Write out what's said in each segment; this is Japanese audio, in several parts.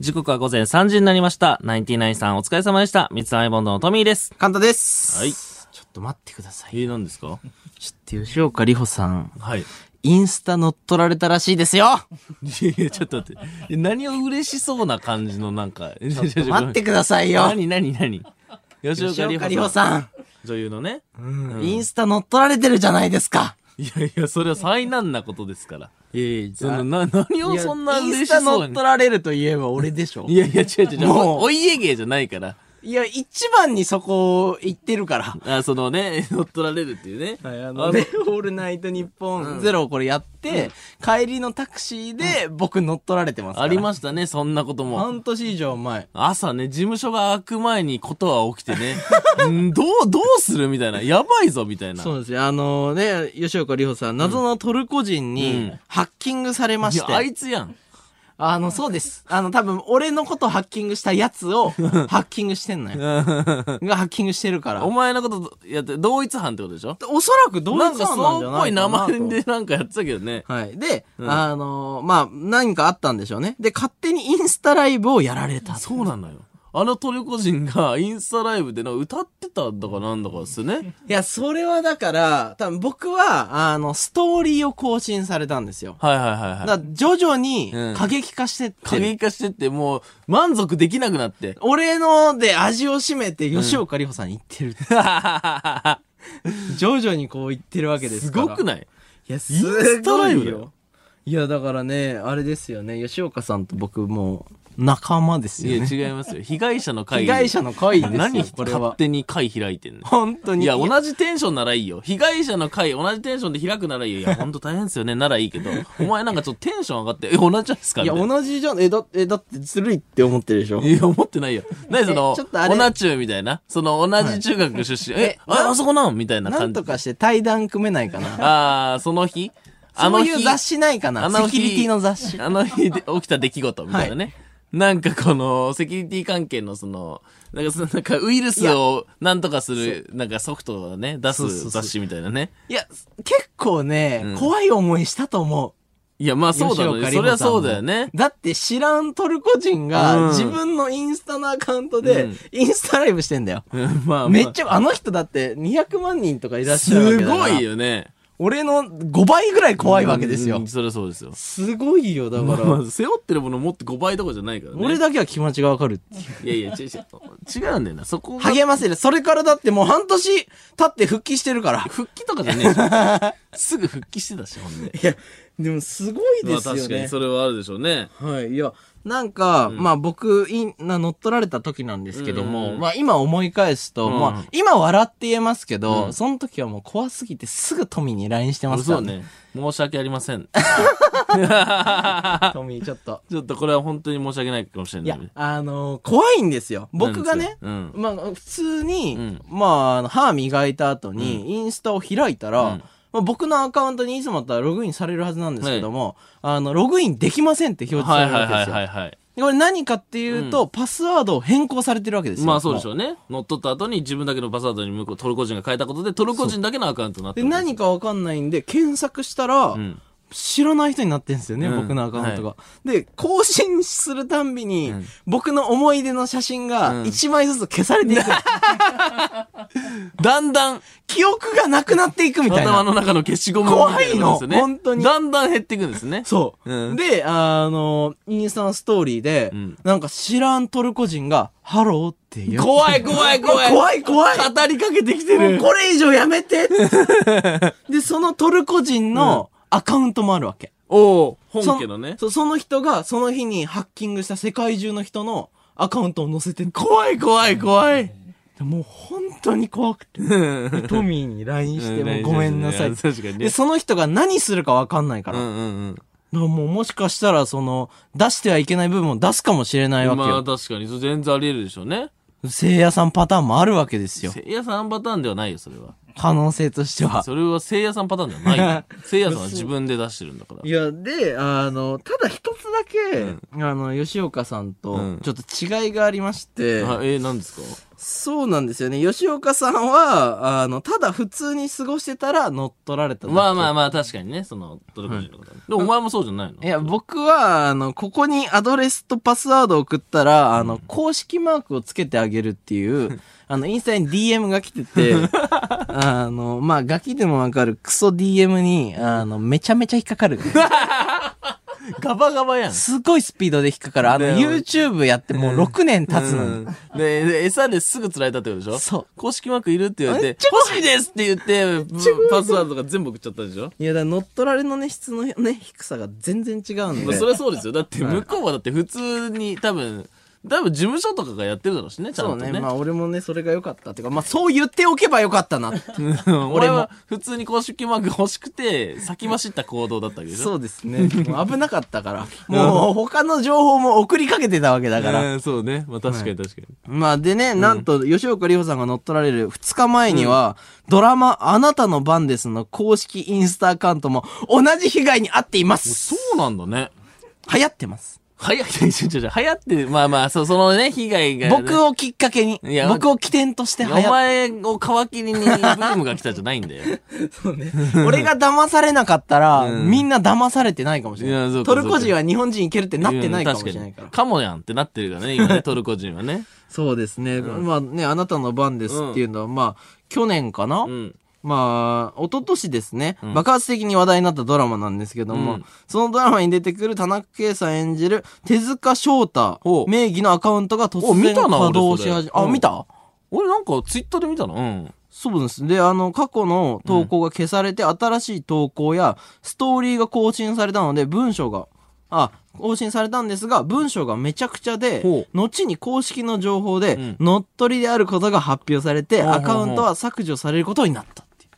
時刻は午前3時になりました。ナインティナインさんお疲れ様でした。三つアイボンドのトミーです。簡単です。はいちょっと待ってください。え、何ですかちょっと吉岡里帆さん、はい。インスタ乗っ取られたらしいですよい やちょっと待って。え何を嬉しそうな感じのなんか。ちょっ 待ってくださいよ何何何吉吉岡里岡里帆帆さん。さん、女優のね。うんインスタ乗っ取られてるじゃないですかいやいや、それは災難なことですから。いやいや、そのな何をそんなイン嬉スしタそ乗うっに取。られるといえば俺でしょいやいや、違う違う違う。もうお家芸じゃないから。いや、一番にそこを言ってるから。あそのね、乗っ取られるっていうね。はい、ああのの、で、 オールナイトニッポンゼロをこれやって、帰りのタクシーで僕乗っ取られてますから。ありましたね、そんなことも。半年以上前。朝ね、事務所が開く前にことは起きてね、 んどう、どうするみたいな、やばいぞみたいな。そうですね。あのね、吉岡里帆さん、謎のトルコ人うんにハッキングされまいしや、て。あいつやん。あの、そうです。あの、多分、俺のことハッキングしたやつ を、ハッキングしてんのよ。がハッキングしてるから。おお前のことやって、同一犯ってことでしょそらく同なん一か犯なんそじゃうっぽないい名かなと前でなんかやってたけどね。はい。で、あのまあ、何かあったんでしょうね。で、勝手にインスタライブをやられた。そうなのよ。あのトルコ人がインスタライブでなんか歌ってたんだかなんだかです ね。いや、それはだから、多分僕は、あの、ストーリーを更新されたんですよ。はいはいはいはだから徐々にうん過激化してってい。る、過激化してってもう満足できなくなっ て。俺ので味を占めて、吉岡里帆さんに言って る。徐々にこう言ってるわけですすから。ごくないいや、すインスタライブだよごいよ。いや、だからね、あれですよね、吉岡さんと僕もう仲間ですいよやね。違いますよ。被害者の会 被害者の会ですよ、何これは勝。手に会開いてんの本当に。いや、同じテンションならいいよ。被害者の会、同じテンションで開くならいいよ。いや、ほんと大変ですよね。ならいいけど。お前なんかちょっとテンション上がって、え、同じですかいや、みたいな同じじゃん。え、だって、えだってずるいって思ってるでしょ。いや、思ってないよ。何そのえちょっとあ、れオナ中みたいな。その、同じ中学出身。ええ、あ、あそこなんみたいななん感じと。かして対談組めないかな。あー、その日 あそのう日いう雑誌ないかなあの日セキュリティの雑誌。あの日で起きた出来事みたいなね。なんかこの、セキュリティ関係のその、なんかその、なんかウイルスをなんとかする、なんかソフトをね、出そうそうそすう雑誌みたいなね。いや、結構ね、うん怖い思いしたと思う。いや、まあそうだろうね。そりゃそうだよね。 だって知らんトルコ人うんが自分のインスタのアカウントうでんインスタライブしてんだよ。うん まあまあめっちゃ、あの人だって200万人とかいらっしゃるわけすだから。ごい。よね。俺の5倍ぐらい怖いわけですうよん。そりゃそうですよ。すごいよ、だまかあまら。あ、背負ってるものもっと5倍とかじゃないからね。俺だけは気持ちがわかるっていう。いやいや、違う違う。違うんだよな。そこが。励ませる。それからだってもう半年経って復帰してるから。復帰とかじゃねえじゃ ん。すぐ復帰してたし、ほんで。いや、でもすごいまあ確かにそれはあるでしょうね。はい。いや、なんか、まあ僕、いんな乗っ取られた時なんですけども、まあ今思い返すと、うんまあ今笑って言えますけど、うんその時はもう怖すぎてすぐトミーに LINE してますかそらうね。ね。申し訳ありま せん。トミーちょっと。ちょっとこれは本当に申し訳ないかもしれいなやいね。、あのー怖いんですよ。僕がね、うんまあ普通に、うんまああの歯磨いた後にインスタを開いたら、うんまあ、僕のアカウントにいつもだったらログインされるはずなんですけども、あの、ログインできませんって表示はさいれるわはけいですよ。はいはいはい。でこれ何かっていうと、パスワードを変更されてるわけですよ。まあそうでしもょうね。乗っ取った後に自分だけのパスワードに向こうトルコ人が変えたことでトルコ人だけのアカウントになっう。で、て何かわかんないんで、検索したら、うん。知らない人になってんですよね、うん僕のアカウントが、で、更新するたんびに、うん僕の思い出の写真うがん1枚ずつ消されていく。 だんだん記憶がなくなっていくみたい頭な。の中の消しゴムみたなことですよね怖いの本当にだんだん減っていくんですね。そう、うんで、あの、インスタのストーリーで、うんなんか知らんトルコ人が、ハローっていう。怖い怖い怖い。怖い怖い語りかけてきてもうる。これ以上やめてで、そのトルコ人のアカウントもあるわけ。おお本家のね。そその人がその日にハッキングした世界中の人のアカウントを載せて怖い怖い怖い。もう本当に怖くてうん トミーに LINE してもうごめんなさやい確かにねで。その人が何するか分かんないかうら,、んうんうん。もうもしかしたらその出してはいけない部分を出すかもしれないわけまあよ、確かに、それ全然あり得るでしょうね。聖夜さんパターンもあるわけですよせいやさんパターンではないよ、それは。可能性としてはそれはせいやさんパターンではない よ。せいやさんは自分で出してるんだから。いやであのただ一つだけ、あの吉岡さんうんとちょっと違いがありまして、あえー、何ですかそうなんですよね。吉岡さんは、あの、ただ普通に過ごしてたら乗っ取られただけ。まあまあまあ、確かにね、その、トルコ人の方、でもお前もそうじゃないのいや、僕は、あの、ここにアドレスとパスワードを送ったら、あの、公式マークをつけてあげるっ ていう、あの、インスタに DM が来てて、あの、まあ、ガキでもわかるクソ DM に、あの、めちゃめちゃ引っか かる。ガバガバやん。すごいスピードで引っかかる。あの、ね YouTube やってもう6年経つのに。うんで、で餌ですぐ釣られたってことでしょそう。公式マークいるって言われめってちゃ、怖欲しいですって言って、パスワードとか全部送っちゃったでしょいや、だから乗っ取られのね、質のね、低さが全然違うんまあで。それはそうですよ。だって向こうはだって普通に多分、多分事務所とかがやってるだろうしね、ちゃんそとうね。ね。まあ、俺もね、それが良かったっていうか、まあ、そう言っておけばよかったな って。 俺は普通に公式マーク欲しくて、先走った行動だったわけでしょそうですね。もう危なかった から。もう他の情報も送りかけてたわけだから。うんそうね。まあ確かに確かに。まあでね、なんと、吉岡里帆さんが乗っ取られる2日前には、ドラマ、あなたの番ですの公式インスタアカウントも同じ被害に遭っています。そうなんだね。流行ってます。 流行って、ちょちょちょ流行って、まあまあ、そうそのね、被害がね、僕をきっかけにいや、僕を起点として流行おって。前を皮切りにブームが来たじゃないんだよ。そうね。 俺が騙されなかったら、みんな騙されてないかもしれいやそなうかそい。トうかルコ人は日本人いけるってなってないかもしれないうんか確ら。にもやんってなってるから ね、今ね、トルコ人はね。そうですね。まあね、あなたの番ですっていうのは、まあ、去年かな、うん。まあ、一昨年ですね、爆発的に話題になったドラマなんですけどうも、んそのドラマに出てくる田中圭さん演じる手塚翔太ほう名義のアカウントが突お見然たな俺稼働し始め、それあ、うん見た俺なんかツイッターで見たのうん。そうです。で、あの、過去の投稿が消されて、新しい投稿や、ストーリーが更新されたので、文章が、あ、更新されたんですが、文章がめちゃくちゃほで、後に公式の情報で、ん乗っ取りであることが発表されて、ほうほうアカウントは削除されることになったってい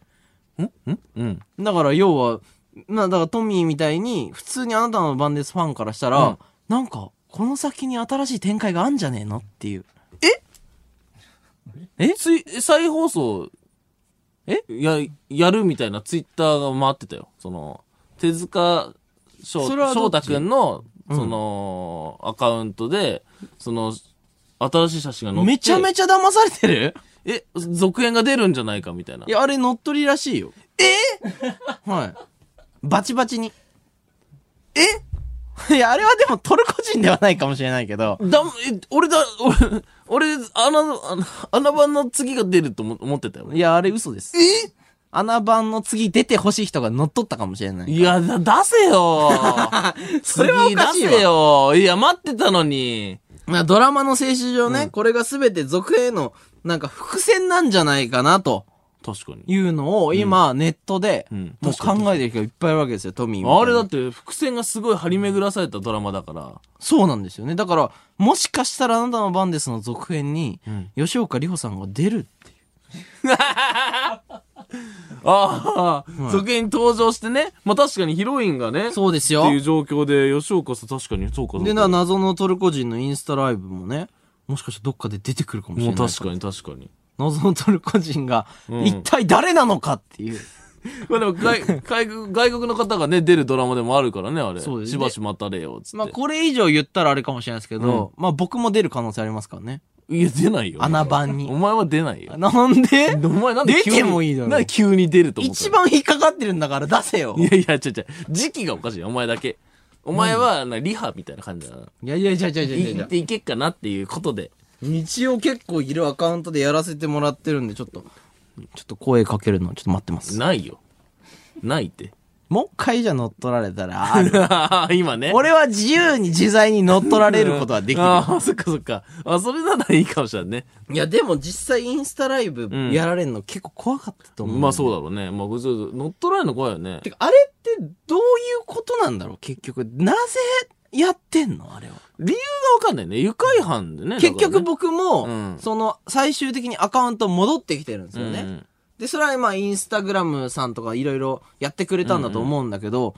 うん。う。だから、要は、まあ、だからトミーみたいに、普通にあなたの番ですファンからしたら、うんなんか、この先に新しい展開があんじゃねえのっていう。えつい、再放送、えや、やるみたいなツイッターが回ってたよ。その、手塚翔それは翔どっち太くんの、その、アカウントで、その、新しい写真が載って。めちゃめちゃ騙されてる。え、続編が出るんじゃないかみたいないや、あれ乗っ取りらしいよ。え はい。バチバチに。 えいや、あれはでもトルコ人ではないかもしれないけど。だ、え、俺だ、俺、俺、あの、あの穴番の次が出ると思思ってたよ。いや、あれ嘘です。え穴番の次出てほしい人が乗っ取ったかもしれない。いや、だ、出せよ それはおかしいわ次出せよいや、待ってたのに。まあ、ドラマの性質上ね、これが全て続編への、なんか伏線なんじゃないかなと。確かに。いうのを今、ネットで、んもう考えてる人がいっぱいいるわけですよ、トミーみたいな。あれだって、伏線がすごい張り巡らされたドラマだから。そうなんですよね。だから、もしかしたらあなたの番ですの続編に、ん吉岡里帆さんが出るっていう。ああ、続編に登場してね。まあ確かにヒロインがね。そうですよっていう状況で、吉岡さん確かにそうかそうか。でな、謎のトルコ人のインスタライブもね、もしかしたらどっかで出てくるかもしれもなうい。確かに確かに。謎のトルコ人が、ん一体誰なのかっていう。まあでも外外国、外国の方がね、出るドラマでもあるからね、あれ。そうですしばし待たれよ、つって。まあ、これ以上言ったらあれかもしれないですけど、まあ、僕も出る可能性ありますからね。いや、出ないよ。穴番おに。前は出ないよ。なんでお前なんで急に出てもいいだろなんで急に出ると思ったの一番引っかかってるんだから出せよ。いやいや、ちゃちゃ、時期がおかしいよお前だけ。お前は、な、リハみたいな感じだな。いやいやいやいやいやいいやっていけっかなっていうことで。一応結構いるアカウントでやらせてもらってるんで、ちょっと、ちょっと声かけるの、ちょっと待ってます。ないよ。ないって。 もう一回じゃ乗っ取られたらある、今ね。俺は自由に自在に乗っ取られることはできる。ああ、そっかそっか。あ、それならいいかもしれないね。いや、でも実際インスタライブやられるの結構怖かったと思う。まあそうだろうね。まあ、別に乗っ取られるの怖いよね。てか、あれってどういうことなんだろう、結局。なぜやってんのあれは。理由がわかんないね。愉快犯でね。結局僕僕も、うんその、最終的にアカウント戻ってきてるんですよね。ね。で、それはまあ、インスタグラムさんとかいろいろやってくれたんだと思うんだけど、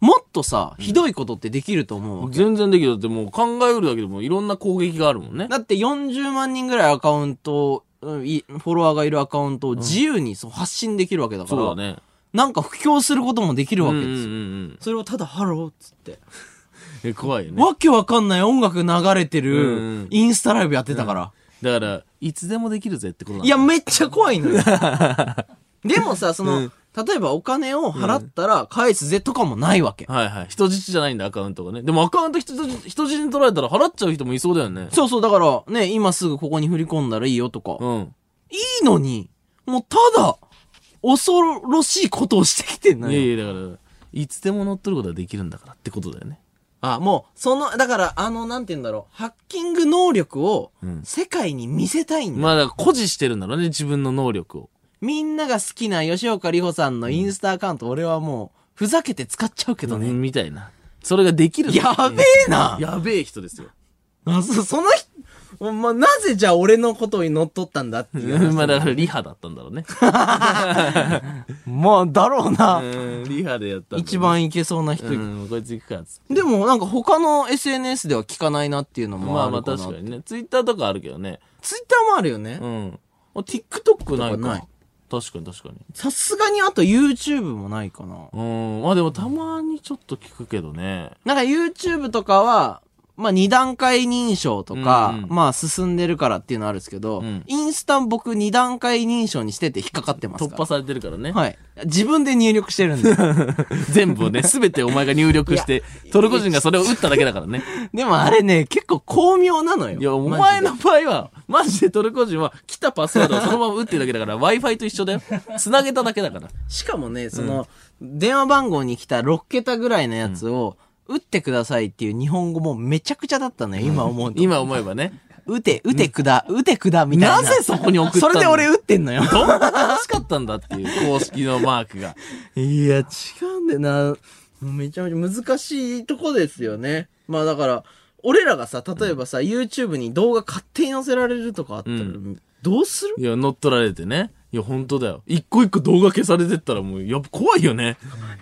もっとさ、ひどいことってできると思うわけ。全然できる。だってもう考えうるだけでもいろんな攻撃があるもんね。だって40万人ぐらいアカウント、うんいフォロワーがいるアカウントを自由にそう発信できるわけだから、そうだね。なんか布教することもできるわけですよ。うんうんうんうんそれをただハローっつって、え怖いよね。わけわかんない音楽流れてうんうるんインスタライブやってたから。だから、いつでもできるぜってことなんいだや、めっちゃ怖い のよ。でもさ、その、例えばお金を払ったら返すぜとかもないわけ。はいはい。人質じゃないんだ、アカウントがね。でもアカウント人質人質に取られたら払っちゃう人もいそうだよね。そうそう、だからね、今すぐここに振り込んだらいいよとか。うん。いいのに、もうただ、恐ろしいことをしてきてんのいやよ。いや、だから、いつでも乗っ取ることができるんだからってことだよね。あ、もう、その、だから、あの、なんて言うんだろう、ハッキング能力をうん、世界に見せたいんだよまあ、だから誇示してるんだろうね、自分の能力を。みんなが好きな吉岡里帆さんのインスタアカウント、俺はもう、ふざけて使っちゃうけどね。みたいな。それができる。やべえなやべえ人ですよ。あ、そ、その人、まあ、なぜじゃあ俺のことに乗っ取ったんだっていう話。まあだからリハだったんだろうね。まあ、だろううな。ん、リハでやったんだろうね一番いけそうな人。うん、こいつ行くかっつって。でも、なんか他の SNS では聞かないなっていうのもまああまあるかな。確かにね。ツイッターとかあるけどね。ツイッターもあるよねう。ん。あ TikTok ないか。ない確かに確かに。さすがにあと YouTube もないかな。うん。まあでもたまにちょっと聞くけどね。なんか YouTube とかは、まあ二段階認証とか、うんうんまあ進んでるからっていうのあるんですけど、うんインスタ僕二段階認証にしてて引っかかってます突から。破されてるからね。 はい。自分で入力してるんで。全部をね、すべてお前が入力して、トルコ人がそれを打っただけだからね。でもあれね、結構巧妙なのよ。いや、おマ前ジでの場合は、マジでトルコ人は来たパスワードをそのまま打ってるだけだから、Wi-Fi と一緒だよ。繋げただけだから。しかもね、その、電話番号に来た6桁ぐらいのやつを、打ってくださいっていう日本語もめちゃくちゃだったのよ、今思うと。今思えばね。打て、打てくだ、打てくだ、みたいな。なぜそこに送ったそのれで俺打ってんのよ。どんな正しかったんだっていう公式のマークが。いや、違うんだよな。もうめちゃめちゃ難しいとこですよね。まあだから、俺らがさ、例えばさ、YouTube に動画勝手に載せられるとかあったら、うんどうするいや、乗っ取られてね。いや、本当だよ。一個一個動画消されてったらもう、やっぱ怖いよね。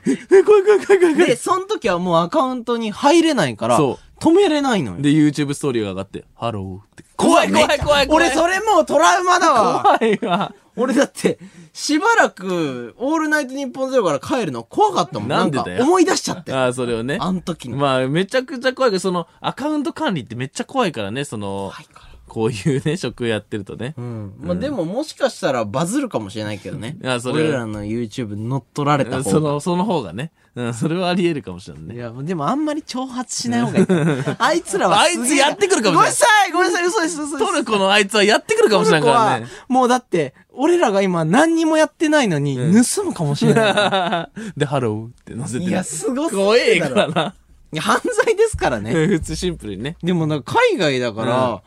え、怖い怖い怖い怖い怖で、い。その時はもうアカウントに入れないから、そ止めれないのよ。で、YouTube ストーリーが上がって、ハローって。怖い怖い怖い俺それもうトラウマだわ。怖いわ。俺だって、しばらく、オールナイトニッポンゼロから帰るの怖かったもん。なんでだよか思い出しちゃって。ああ、それをね。あの時の。まあ、めちゃくちゃ怖いけど、その、アカウント管理ってめっちゃ怖いからね、その、怖いからこういうね、職やってるとね。うん。まあ、でももしかしたらバズるかもしれないけ どね。いやそれ俺らの YouTube に乗っ取られたそ方が。の、その方がね。うん、それはあり得るかもしれないいね。や、でもあんまり挑発しない方がい い。あいつらはすげえ。あいつやってくるかもしれないごめんなさい、ごめんなさい、嘘です、嘘です。トルコのあいつはやってくるかもしれんからねトル。コはもうだって、俺らが今何にもやってないのに、盗むかもし れない。で、ハローって載せてる。いやすごすぎるだろ怖えからな。いや犯罪ですからね。普通シンプルにね。でもなんか海外だから、うん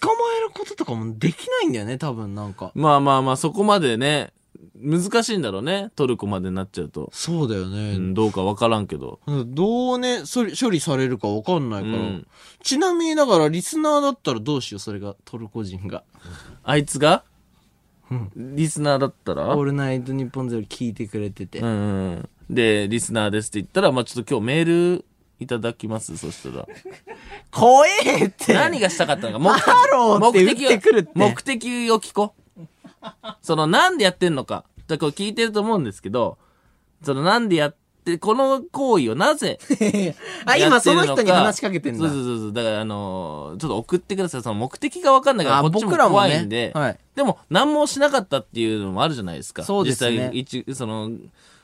捕まえることとかもできないんだよね、多分なんか。まあまあまあ、そこまでね、難しいんだろうね。トルコまでになっちゃうと。そうだようね。ん、どうかわからんけど。どうね、処理、処理されるかわかんないから。うんちなみにだから、リスナーだったらどうしよう、それが、トルコ人が。あいつがうんリスナーだったらオールナイトニッポンゼロ聞いてくれてて。うんうんうん。で、リスナーですって言ったら、まあちょっと今日メールいただきます、そしたら。怖えって 何がしたかったのか、目的ハローって目的を打ってくるって目的を聞こう。その、なんでやってんのか。だからこれ聞いてると思うんですけど、その、なんでやって、この行為をなぜあ、や今ってそるのか人に話しかけてんだ。そうそうそうそう。だから、あのーちょっと送ってください。その目的が分かんないから、あこっちも僕らも怖ねいんで。はいでも、何もしなかったっていうのもあるじゃないですか。そうですね実際、一、その、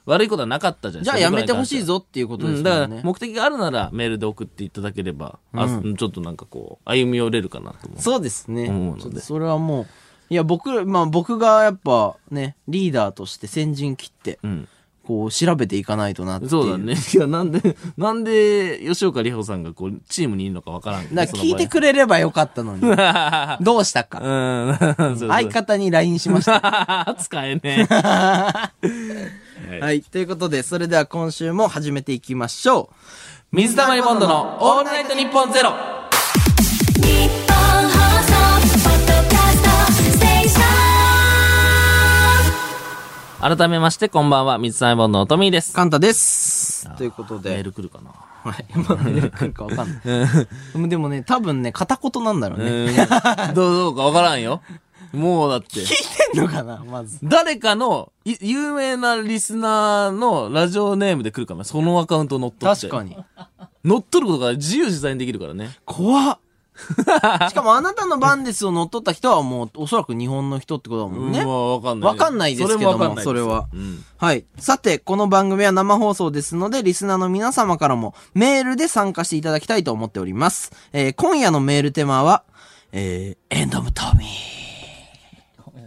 悪いことはなかったじゃないでじすゃか。あやめてほしいぞ。ぞっていうことでうすん、かだかららね。目的があるならメールで送っていただければ、あちょっとなんかこう歩み寄れるかなと思うそうですね。思うのでちょっとそれはもう、いや、僕、まあ僕がやっぱね、リーダーとして先陣切って、うん、こう調べていかないとなっていう。そうだ。ね。いや、なんで、なんで、吉岡里帆さんがこう、チームにいるのかわからんけどね、だから聞いてくくれればよかっ たのに。どうしたか。うん、 そう相方に LINE しました。そう。 使えねえ。いはい。ということで、それでは今週も始めていきましょ水溜りボンドのオールナイトニッポンゼロ。日本放送ポッドキャストステーショ改めまして、こんばんは、水溜りボンドのトミーでう。す。カンタです。ということメーで。ル来るかな。はい。 まあ、ね、来るかわかんない。でもね、多分ね、片言なんだろううね。ーん、どうどうかわからんよ。もうだって、聞いてんのかなまず。誰かの、い有名なリスナーのラジオネームで来るからね、そのアカウント乗っ取って。確かに。乗っ取ることが自由自在にできるからね。怖っ。しかもあなたの番ですを乗っ取った人はもうおそらく日本の人ってことだもんね。うんまあわかんない。わかんないですけどもわかんないですそれはうんはい。さて、この番組は生放送ですので、リスナーの皆様からもメールで参加していただきたいと思っております。えー今夜のメールテーマは、えー、エンドムトミー。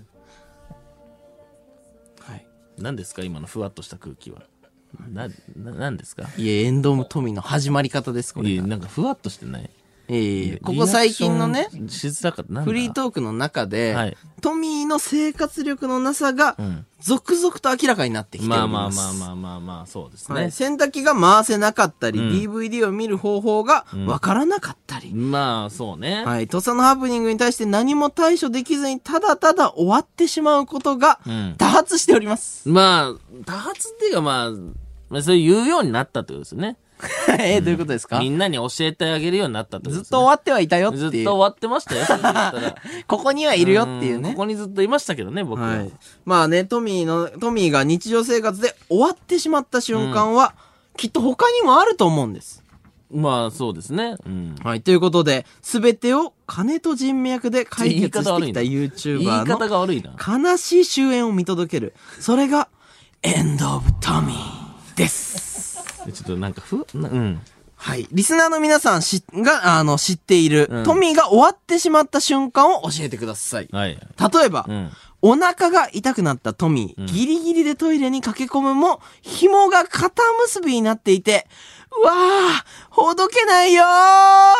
はい。何ですか今のふわっとした空気は。な、な、何ですかいえ、エンドムトミーの始まり方です、こいれやが。なんかふわっとしてない。えー、ここ最近のねリアク、ションしづらかった。なんだフリートークの中で、はいトミーの生活力のなさがん、続々と明らかになってきておりままあす。まあまあまあまあまあ、そうですはいね。洗濯機が回せなかったり、うん DVD を見る方法がわからなかったり、まあ、そうね。はい、とっさのハプニングに対して何も対処できずにただただ終わってしまうことがうん多発しております。 まあ、多発っていうかまあ、まあ、それ言うようになったってことですよね。えー、どういうことですか、みんなに教えてあげるようになったってことずっですと終ね。わってはいたよってずっとい終う。わってましたよ、それ言ったらここにはいるよっていううんねこ。こにずっといましたけどね、僕は。はい。まあね、トミーの、トミーが日常生活で終わってしまった瞬間は、きっと他にもあると思うんです。まあ、そうですね。うん。はい。ということで、すべてを金と人脈で解決してきた言 YouTuber の言い方が悪いな。悲しい終焉を見届ける。それが、エンド・オブ・トミーです。ちょっとなんか、ふ、なうん。はい。リスナーの皆さんし、が、あの、知っている、うんトミーが終わってしまった瞬間を教えてください。はい。例えば、うん。お腹が痛くなったトミー、ギリギリでトイレに駆け込むも、紐が肩結びになっていて、うわあほどけないよー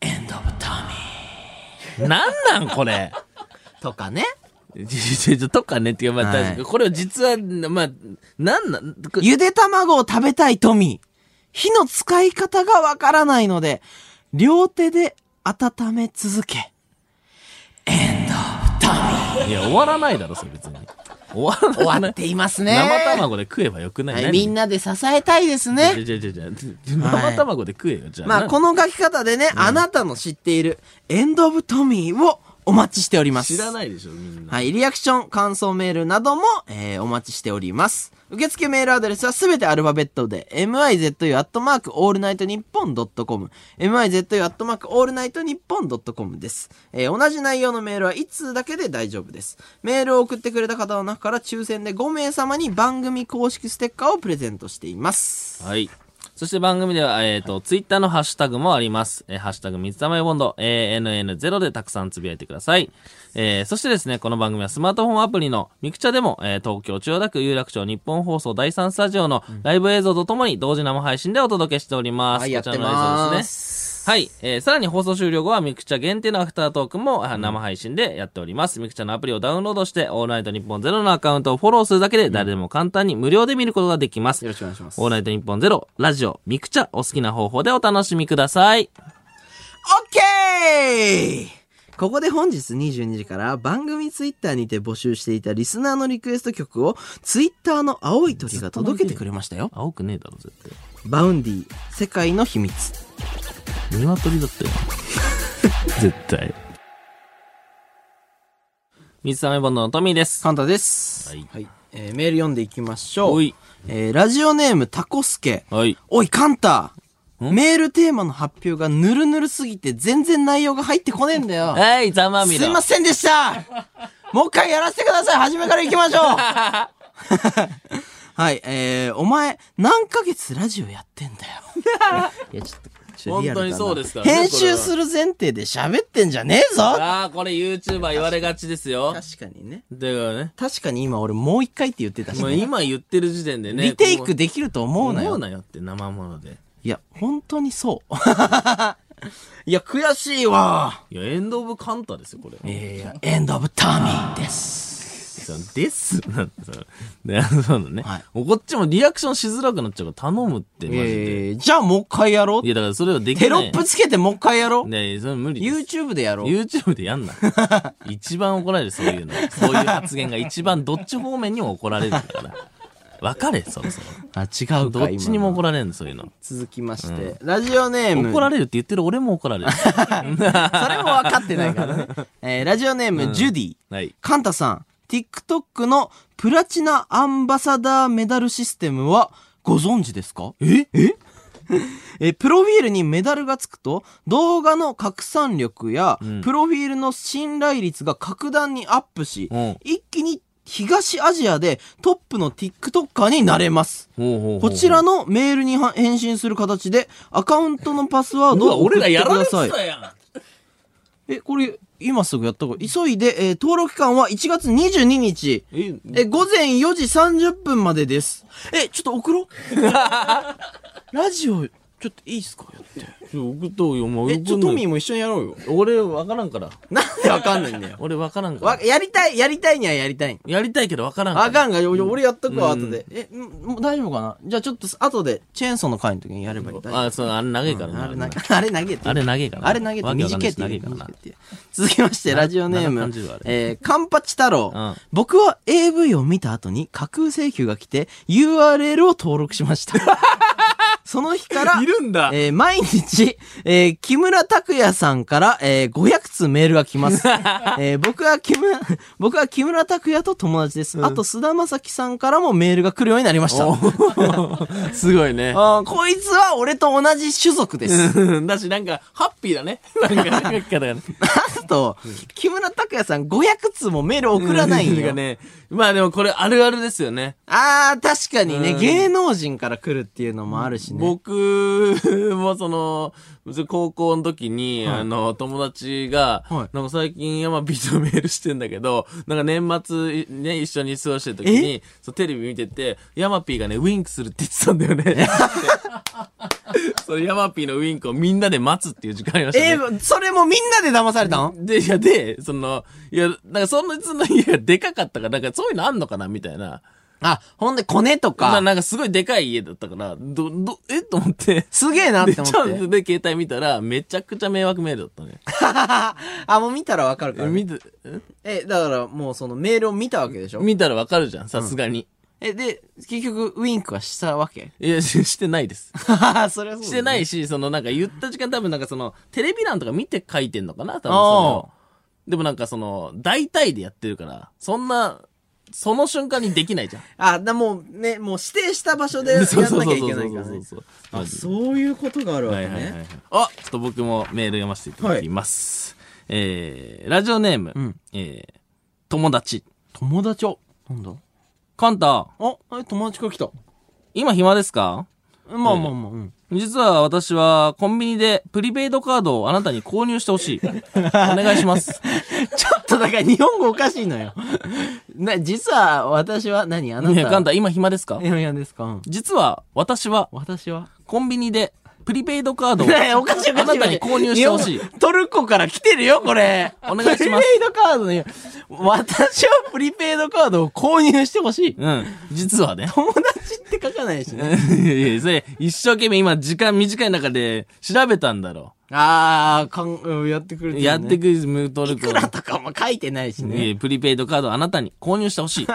エンド・オブ・トミなんなん、これ。ー。とかね。ちょちょとかねっていうか、まあ、はい確かにこれを実は、まあ、なんなん、こゆで卵を食べたいトミー。火の使い方がわからないので、両手で温め続け。いや、終わらないだろ、それ別に。終わらない。終わっていますね。生卵で食えばよくない、はい、みんななで支えたいですね。じゃじゃじゃ生卵で食えよ、じゃあ。まあ、この書き方でね、あなたの知っているエンド・オブ・トミーをお待ちしております。知らないでしょ、みんな。はい、リアクション、感想メールなども、えー、お待ちしております。受付メールアドレスはすべてアルファベットで、mizu.allnightnippon.com、mizu.allnightnippon.com です。えー、同じ内容のメールは1通だけで大丈夫です。メールを送ってくれた方の中から抽選で5名様に番組公式ステッカーをプレゼントしています。はい。そして番組では、えっ、と、ツイッターのハッシュタグもあります。えーハッシュタグ、水溜りボンド、ANN0 でたくさんつぶやいてください。えーそしてですね、この番組はスマートフォンアプリのミクチャでも、えー東京、千代田区、有楽町、日本放送第3スタジオのライブ映像とともに同時生配信でお届けしております。はい、やこっちらての映像ま。ですすね。はい。えーさらに放送終了後はミクチャ限定のアフタートークも、あ生配信でやっております。ミクチャのアプリをダウンロードして、オールナイトニッポンゼロのアカウントをフォローするだけで誰でも簡単に無料で見ることができます。よろしくお願いします。オールナイトニッポンゼロ、ラジオ、ミクチャ、お好きな方法でお楽しみください。オッケーここで本日22時から番組ツイッターにて募集していたリスナーのリクエスト曲をツイッターの青い鳥が届けてくれましたよ。青くねえだろ、絶対。バウンディ、世界の秘密。鶏だったよ。 絶対。水溜りボンドのトミーです。カンタです。はいえーメール読んでいきましょおう。い。えーラジオネームタコスケ。はい。おい、カンタメールテーマの発表がぬるぬるすぎて全然内容が入ってこねえんだ よ。はい、ざまみろ。すいませんでしたもう一回やらせてください初めから行きましょう はい、えー、お前、何ヶ月ラジオやってんだよ。 いや、ちょっと、ちょっとリアルだな本当にそうですからね編集する前提で喋ってんじゃねえぞああ、これ YouTuber 言われがちですよ。確かにね。だからね。確かに今俺もう一回って言ってたし、もうね、今言ってる時点でね。リテイこクうできると思うな思よう。なよって生もので。いや、本当に そう。いや、悔しいわ。いや、エンド・オブ・カンタですよ、これ。えー、エンド・オブ・タミーです。そのです。なんてさ、ね、そうだね、はいこっちもリアクションしづらくなっちゃうから頼むって、マジで。えー、じゃあもう一回やろういや、だからそれはできない。テロップつけてもう一回やろう。ねえ、それ無理です。 YouTube でやろう。 YouTube でや んな。一番怒られる、そういうの。そういう発言が一番どっち方面にも怒られるから。分かれ、そろそろ。あ、違うかどっちにも今の怒られるの、そういうの。続きまして、ラジオネーム。怒られるって言ってる俺も怒られる。それも分かってないか らね。えーラジオネーム、ジュディ。はい。カンタさん、TikTok のプラチナアンバサダーメダルシステムはご存知ですかええ えープロフィールにメダルがつくと、動画の拡散力や、うんプロフィールの信頼率が格段にアップし、うん一気に東アジアでトップの TikToker になれます。ほうほうほうほうこちらのメールには返信する形で、アカウントのパスワードうわを送俺っらてやくらだれてさたい。やんえ、これ、今すぐやったから、急いで、えー登録期間は1月22日。ええ、午前4時30分までです。え、ちょっと送 ろう。ラジオ、ちょっといいっすかやって。ちょ送っとうよもうえ、ちょ、トミーも一緒にやろうよ。ー俺わからんからなんでわかんないんだよ。俺わからんか わら、やりたい、やりたいにはやりたい。やりたいけどわからんからあかんが、よよ俺やっとくわ、うん後で。え、んもう大丈夫かなじゃあちょっと、後で、チェーンソーの回の時にやればいい。大丈夫あそうあれ長いからなあれ投 げ、あれ投げて。あれ投げからあれ投げて。わけわかん短ないしいって言投うげからな短いって言う続きまして、ラジオネーなムんか感じるわあ、えー、カンパチ太郎うん。僕は AV を見た後に架空請求が来て、URL を登録しました。 その日から、いるんだえー毎日、えー木村拓哉さんから、えー500通メールが 来ます。えー僕は木村、 僕は木村拓哉と友達です。あと、菅田将暉さんからもメールが来るようになりました。 すごいねあーこいつは俺と同じ種族です。うんだし、なんか、ハッピーだね。なんか、なんかだね。あと、木村拓哉さん500通もメール送らないんがよ。ね。まあでもこれあるあるですよね。あー、確かにね、うん芸能人から来るっていうのもあるしね。僕もその、高校の時に、はいあの、友達が、はいなんか最近山火とメールしてんだけど、なんか年末いね、一緒に過ごしてる時に、そうテレビ見てて、山ピーがね、ウィンクするって言ってたんだよ ね。その山ピーのウィンクをみんなで待つっていう時間ありましたね。えー、それもみんなで騙されたので、いや、で、その、いや、なんかその、その家がでかかったから、なんかそういうのあんのかなみたいな。あ、ほんで、コネとまあか、なんかすごいでかい家だったから、ど、ど、え と思って。すげえなっで、てチ思ャンって。スで携帯見たら、めちゃくちゃ迷惑メールだったね。あ、もう見たらわかるからね、見て、んえ、だからもうそのメールを見たわけでしょ見たらわかるじゃん、さすがに。え、で、結局、ウィンクはしたわけいや、ししてないです。それはそう、。してないいし、そのなんか言った時間多分なんかその、テレビ欄とか見て書いてんのかな多分それあをでもなんかその、大体でやってるから、そんな、その瞬間にできないじゃん。あ、だ、もうね、もう指定した場所でやん なきゃいけないからね。そう。あ、そういうことがあるわはけいはいはいはね。い。あ、ちょっと僕もメール読ませていただきます。えー、ラジオネーム、んえー、友達。友達を。なんだカンタ、あ、え、友達から来た。今暇ですかまあまあまあ、うん。 実は私はコンビニでプリペイドカードをあなたに購入してほし い。お願いします。ちょっとだから日本語おかしいのよ。 な、実は私は何あないた。や、カンタ、今暇ですかいやいやですか、うん実は私は私は。コンビニでプリペイドカードを ねえおかしいおかしい。あなたに購入してほしいや。トルコから来てるよ、これ。 お願いしますプリペイドカードに、私はプリペイドカードを購入してほしい。うん、実はね。友達って書かないし ね。いやいや、それ、一生懸命今時間短い中で調べたんだろあー、かん、うんやってくれてう。る、ね。やっていくる、ムートルコくらとかも書いてないしいね。えプリペイドカードをあなたに購入してほしい。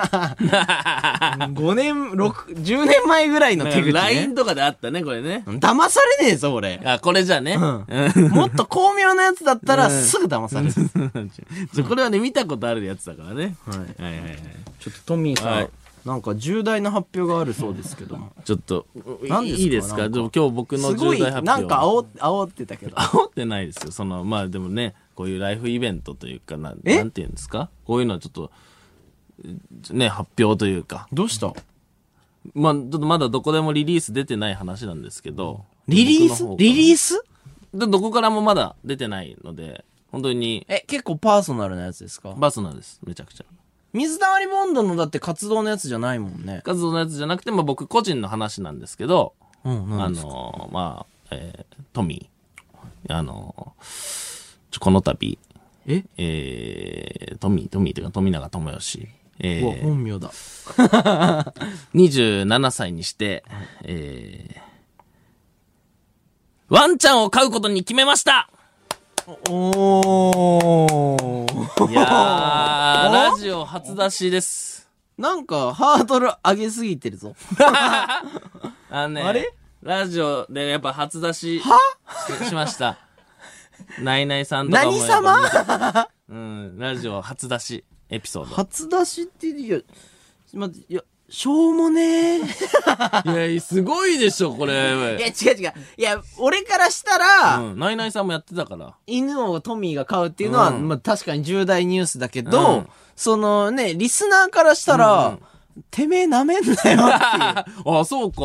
5年、6、10年前ぐらいの手口、ね LINE。とかであったね、これね。騙されねえぞ、俺。あ、これじゃね。うん もっと巧妙なやつだったらすぐ騙される。うんこれはね、見たことあるやつだからね。はいはいはいはい。ちょっとトミーはいなんか重大な発表があるそうですけども。ちょっと、何ですかいいですかなんかでも今日僕のすご重い、大発表。なんか煽って、煽ってたけど。煽ってないですよ。その、まあでもね、こういうライフイベントというか、なんえなんていうんですかこういうのはちょっと、ね、発表というか。どうしたまあ、ちょっとまだどこでもリリース出てない話なんですけど。リリースリーリーススどこからもまだ出てないので、本当に、え、結構パーソナルなやつですかバスなんです。めちゃくちゃ。水溜りボンドのだって活動のやつじゃないもんね。活動のやつじゃなくて、まあ、僕個人の話なんですけど、うん、あなんのーまあ、えー、トミー、あのーちょこの度、ええー、トミー、トミーというか、富永智義、えうわ、ー、本名だ。 27歳にして、えー、ワンちゃんを飼うことに決めましたおー。いやー、ラジオ初出しです。なんか、ハードル上げすぎてるぞ。あのね、あれラジオでやっぱ初出しししま した。ナイナイさんとかも何やっぱ様見てうん、ラジオ初出しエピソード。初出しって、いや、待って、いや、しょうもねえ。 いや、すごいでしょ、こいや、れ。違う違う。いや、俺からしたら、うん、ナイナイさんもやってたから。犬をトミーが飼うっていうのは、うんまあ確かに重大ニュースだけど、うんそのね、リスナーからしたら、てめえ舐めんなよって いう。あ、そうか。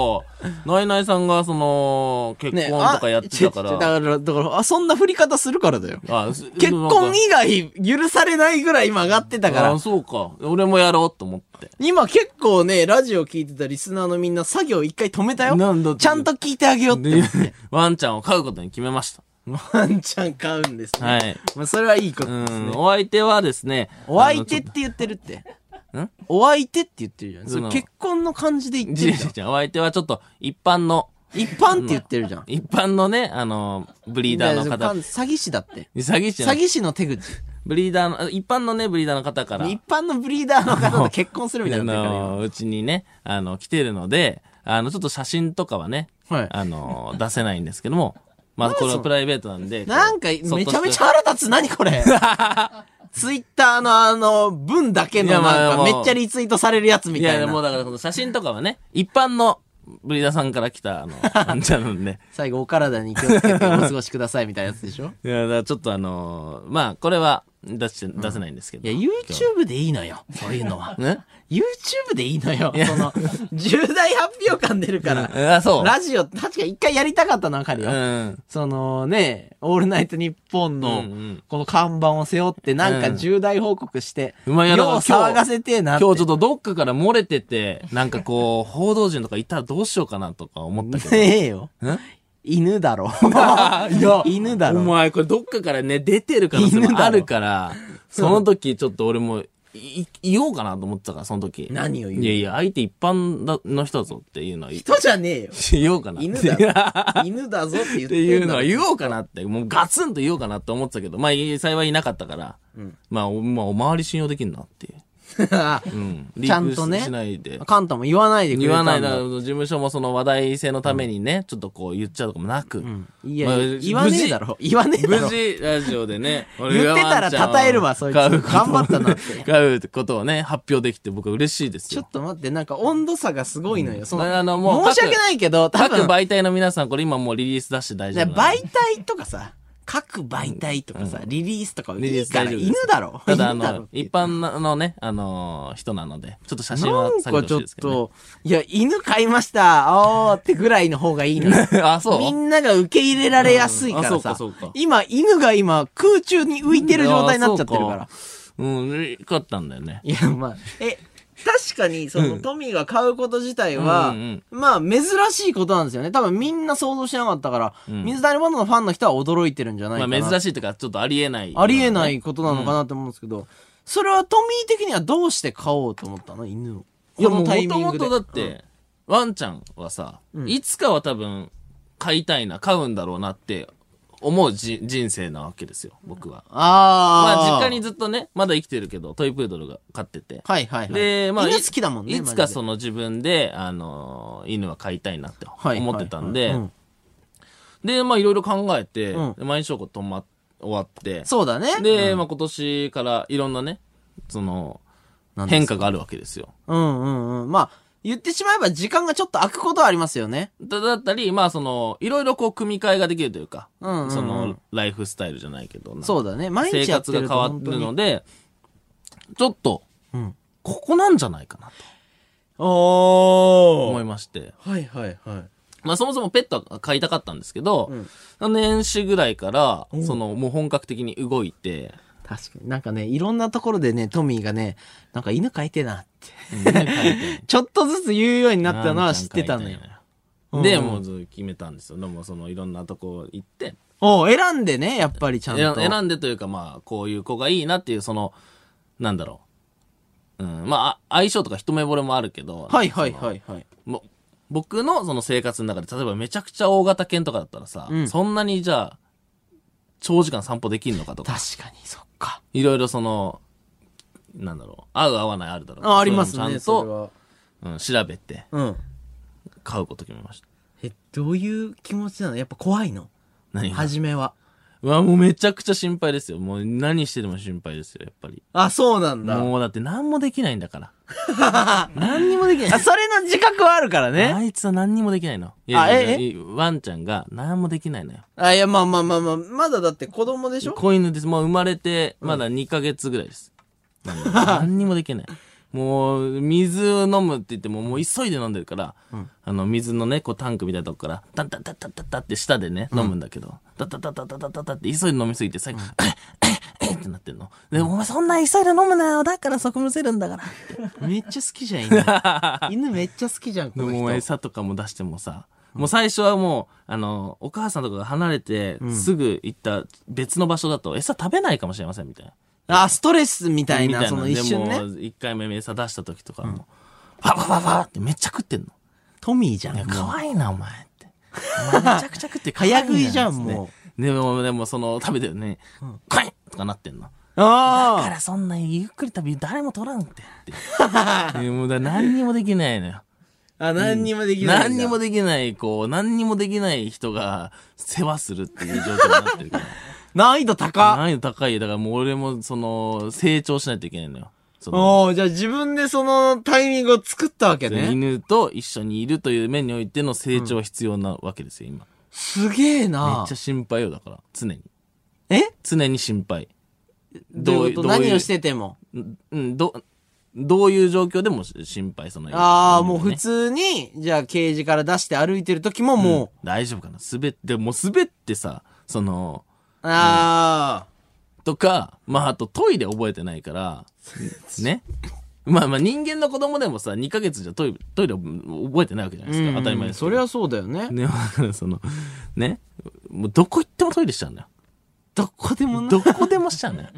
ナイナイさんが、その、結ね、婚とかやってたかあちょちょら。だから、だから、あ、そんな振り方するからだよ。あす結婚なんか以外許されないぐらい今上がってたからあ、。そうか。俺もやろうと思って。今結構ね、ラジオ聞いてたリスナーのみんな作業一回止めたよ。なんだちゃんと聞いてあげようって思って。ワンちゃんを飼うことに決めました。ワンちゃん買うんですね。はい。まあそれはいいことうですねん。。お相手はですね。お相手あっのちて言ってるって。んお相手って言ってるじゃん。そそれの結婚の感じで言ょっじているじゃん。ちゃんお相手はちょっと、一般の、一般って言ってるじゃん。一般のね、あの、ブリーダーのだから方。詐欺師だって。詐欺師じゃな詐い欺師の手口。ブリーダーの、一般のね、ブリーダーの方から。一般のブリーダーの方と結婚するみたいになってるあからのうちにね、あの、来てるので、あの、ちょっと写真とかはね、はいあの、出せないんですけども、まあ、これはプライベートなんで。今なんか、そっめとちゃめちゃ腹立つ。何これ。ツイッターのあの、文だけのいやまあなんか、めもうっちゃリツイートされるやつみいたや、いもうな。だから、この写真とかはね、一般のブリーダーさんから来 た、あの、なんちゃなんで。最後、お体に気をつけてお過ごしくださいみたいなやつでしょいや、だからちょっとあのーまあ、これは出して、出せないんですけいど。や、YouTube でいいのよ。そういうの は。ね YouTube でいいのよ。その、重大発表感出るから。あ、そう。ラジオ、確か一回やりたかったのはわかるよ。うん。そのね、オールナイトニッポうンんうんの、この看板を背負って、なんうかん重大報告して、うまいや世ろを騒がせてえな今っ日ちて。ょっとどっかから漏れてて、なんかこう、報道陣とかいたらどうしようかなとか思ったけど。ね えよ。犬 だろ。いや 犬だおろ。前、これどっかからね、出てる可能性犬だもろあるから、その時ちょっと俺も、い、い言おうかなと思ってたから、その時。何を言ういやいや、相手一般だの人だぞっていうのは、人じゃねえよ。言おうかな。犬だ ろ。犬だぞって言っってているうんのだはろ。言おうかなって、もうガツンと言おうかなって思ってたけど、まあ、い幸いいなかったから、まあ、お、まあ、お周り信用できんなっていう。 うん。ちゃんとねリークしないで。カンタも言わないでくれ言たわんだ。ないだから、事務所もその話題性のためにね、ちょっとこう言っちゃうとかもなく、いやまあ言わねえだろ。言わねえだ無ろ。事、ラジオで ね、言ってたら称えるわ、そいつ。買頑うこと張ったなって。買うことをね、発表できて僕は嬉しいですちょよっ。と待って、なんか温度差がすごいのよ。そあのもう申し訳ないけど、多各分、媒体の皆さん、これ今もうリリース出して大丈ね夫なんで。媒体とかさ、各媒体とかさ、リリースとかリいリーいスか大ら丈夫です犬だろ。ただ、あ犬ろの、一般のね、あのー人なので、ちょっと写真なはん下げかてちほょしいっですけど、と、いや、犬飼いました、あーってぐらいの方がいいのよ。ね。あ、 そうみんなが受け入れられやすいからうんあさそうかそうか、今、犬が今、空中に浮いてる状態になっちゃってるからあ。そううん、よかったんだよね。いや、まあ、え、確かに、その、トミーが買うこと自体は、うんうんまあ、珍しいことなんですよね。多分みんな想像してなかったから、水谷ボンドのファンの人は驚いてるんじゃないまかあ、な。珍しいというか、ちょっとありえない。。ありえないいことなのかなと思うんですけど、それはトミー的にはどうして買おうと思ったの犬を。いや、もこう、のもタイミとングもでとだっ、て、ワンちゃんはさ、いつかは多分、飼いたいな、飼うんだろうなって、思うじ人生なわけですよ、僕は。まああ。あ、実家にずっとね、まだ生きてるけど、トイプードルが飼ってて。はいはいはい。で、まあ、犬好きだもんね。いつかその、の自分で、あのー犬は飼いたいなってはい思ってたんはいではいうん、で、まあ、いろいろ考えて、う毎日こう止ま、終わって、そうだね。で、まあ、今年からいろんなね、その、なんです変化があるわけですよ。うんうんうん。まあ、言ってしまえば時間がちょっと空くことはありますよね。だだったり、まあ、その、いろいろこう、組み替えができるというか、うんうんうんその、ライフスタイルじゃないけど、なんかそうだね。毎生日やって活がる変とわるの本で、ちょっと、当に。うん。ここなんじゃないかなとお思いー。まして。はいはいはい。まあそもそもペットは飼いたかったんですけど、年始ぐらいから、そのもう本格的に動いて、確かに。なんかね、いろんなところでね、トミーがね、なんか犬飼いてえなって。ちょっとずつ言うように なったのは知ってたのよ。うんで、もうずっと決めたんですよ。でもそのいろんなとこ行って、おう選んでね、やっぱりちゃん選と。ん選んでというかまあこういう子がいいなっていうその、なんだろう。うん、まああ相性とか一目惚れもあるけど、はいはいはいはい。もう僕のその生活の中で、例えばめちゃくちゃ大型犬とかだったらさ、うんそんなにじゃあ、長時間散歩できるのかとか、確かに、そっか。いろいろその、なんだろう、合う合わないあるだろうあ、ありますそういうね、のちゃんそとれ、は。うん、調べて、うん。買うこと決めました。え、どういう気持ちなのやっぱ怖いの何が初めは。うわ、もうめちゃくちゃ心配ですよ。もう何してでも心配ですよ、やっぱり。あ、そうなんだ。もうだって何もできないんだから。何にもできなあ、い。それの自覚はあるからね。あいつは何にもできないの。いあやいやえいやワンちゃんが何もできないのよ。あ、いや、まあまあまあまあ、まだだって子供でしょ子犬です。もう生まれて、まだ2ヶ月ぐらいです。なんで何にもできない。もう、水を飲むって言っても、もう急いで飲んでるから、あの、水のね、こうタンクみたいなとこから、タッタッタッタッタッタッって舌でね、飲むんだけど、タッタッタッタッタッタッタッタって急いで飲みすぎて、最後、えっってなってんの。で、お前そんな急いで飲むなよ。だからそこむせるんだから。めっちゃ好きじゃん、 犬。犬めっちゃ好きじゃん、こでものう人。餌とかも出してもさ、もう最初はもう、あの、お母さんとかが離れて、すぐ行った別の場所だと、餌食べないかもしれません、みたいな。あ、ストレスみたいな、みたいその一瞬でもね。う一回目餌出した時とかも、パパパパってめっちゃ食ってんの。トミーじゃん。いや、もう可愛いな、お前って。お前めちゃくちゃ食って可愛いな早食いじゃんもう。でも、でも、その、食べてるね、こいとかなってんの。だかあらそんなゆっくり旅誰も取らんって。っていやもうだから何にもできないのよ。あ。あ、何にもできない。何にも。できない、こう、何にもできない人が世話するっていう状況になって るから。難易度高っ。難易度高いよ。だからもう俺も、その、成長しないといけないのよ。そのおーじゃあ自分でそのタイミングを作ったわけね。犬と一緒にいるという面においての成長は必要なわけですよ、今。すげえめなっちゃ心配よ、だから。常に。え常に心配。どういうことどういう何をしてても。うんうん、ど、どういう状況でも心配、その、ああ、犬もうがね普通に、じゃあケージから出して歩いてる時もも大丈夫かな滑って、でもう滑ってさ、その、う、ああ、とか、まあ、あとトイレ覚えてない から、ね。まあまあ人間の子供でもさ、2ヶ月じゃトイレ、トイレ覚えてないわけじゃないですか。当たり前ですけそど。りゃそうだよね。ね、 だからその、ね。もうどこ行ってもトイレしちゃうんだよ。どこでもなど。こでもしちゃう のよ。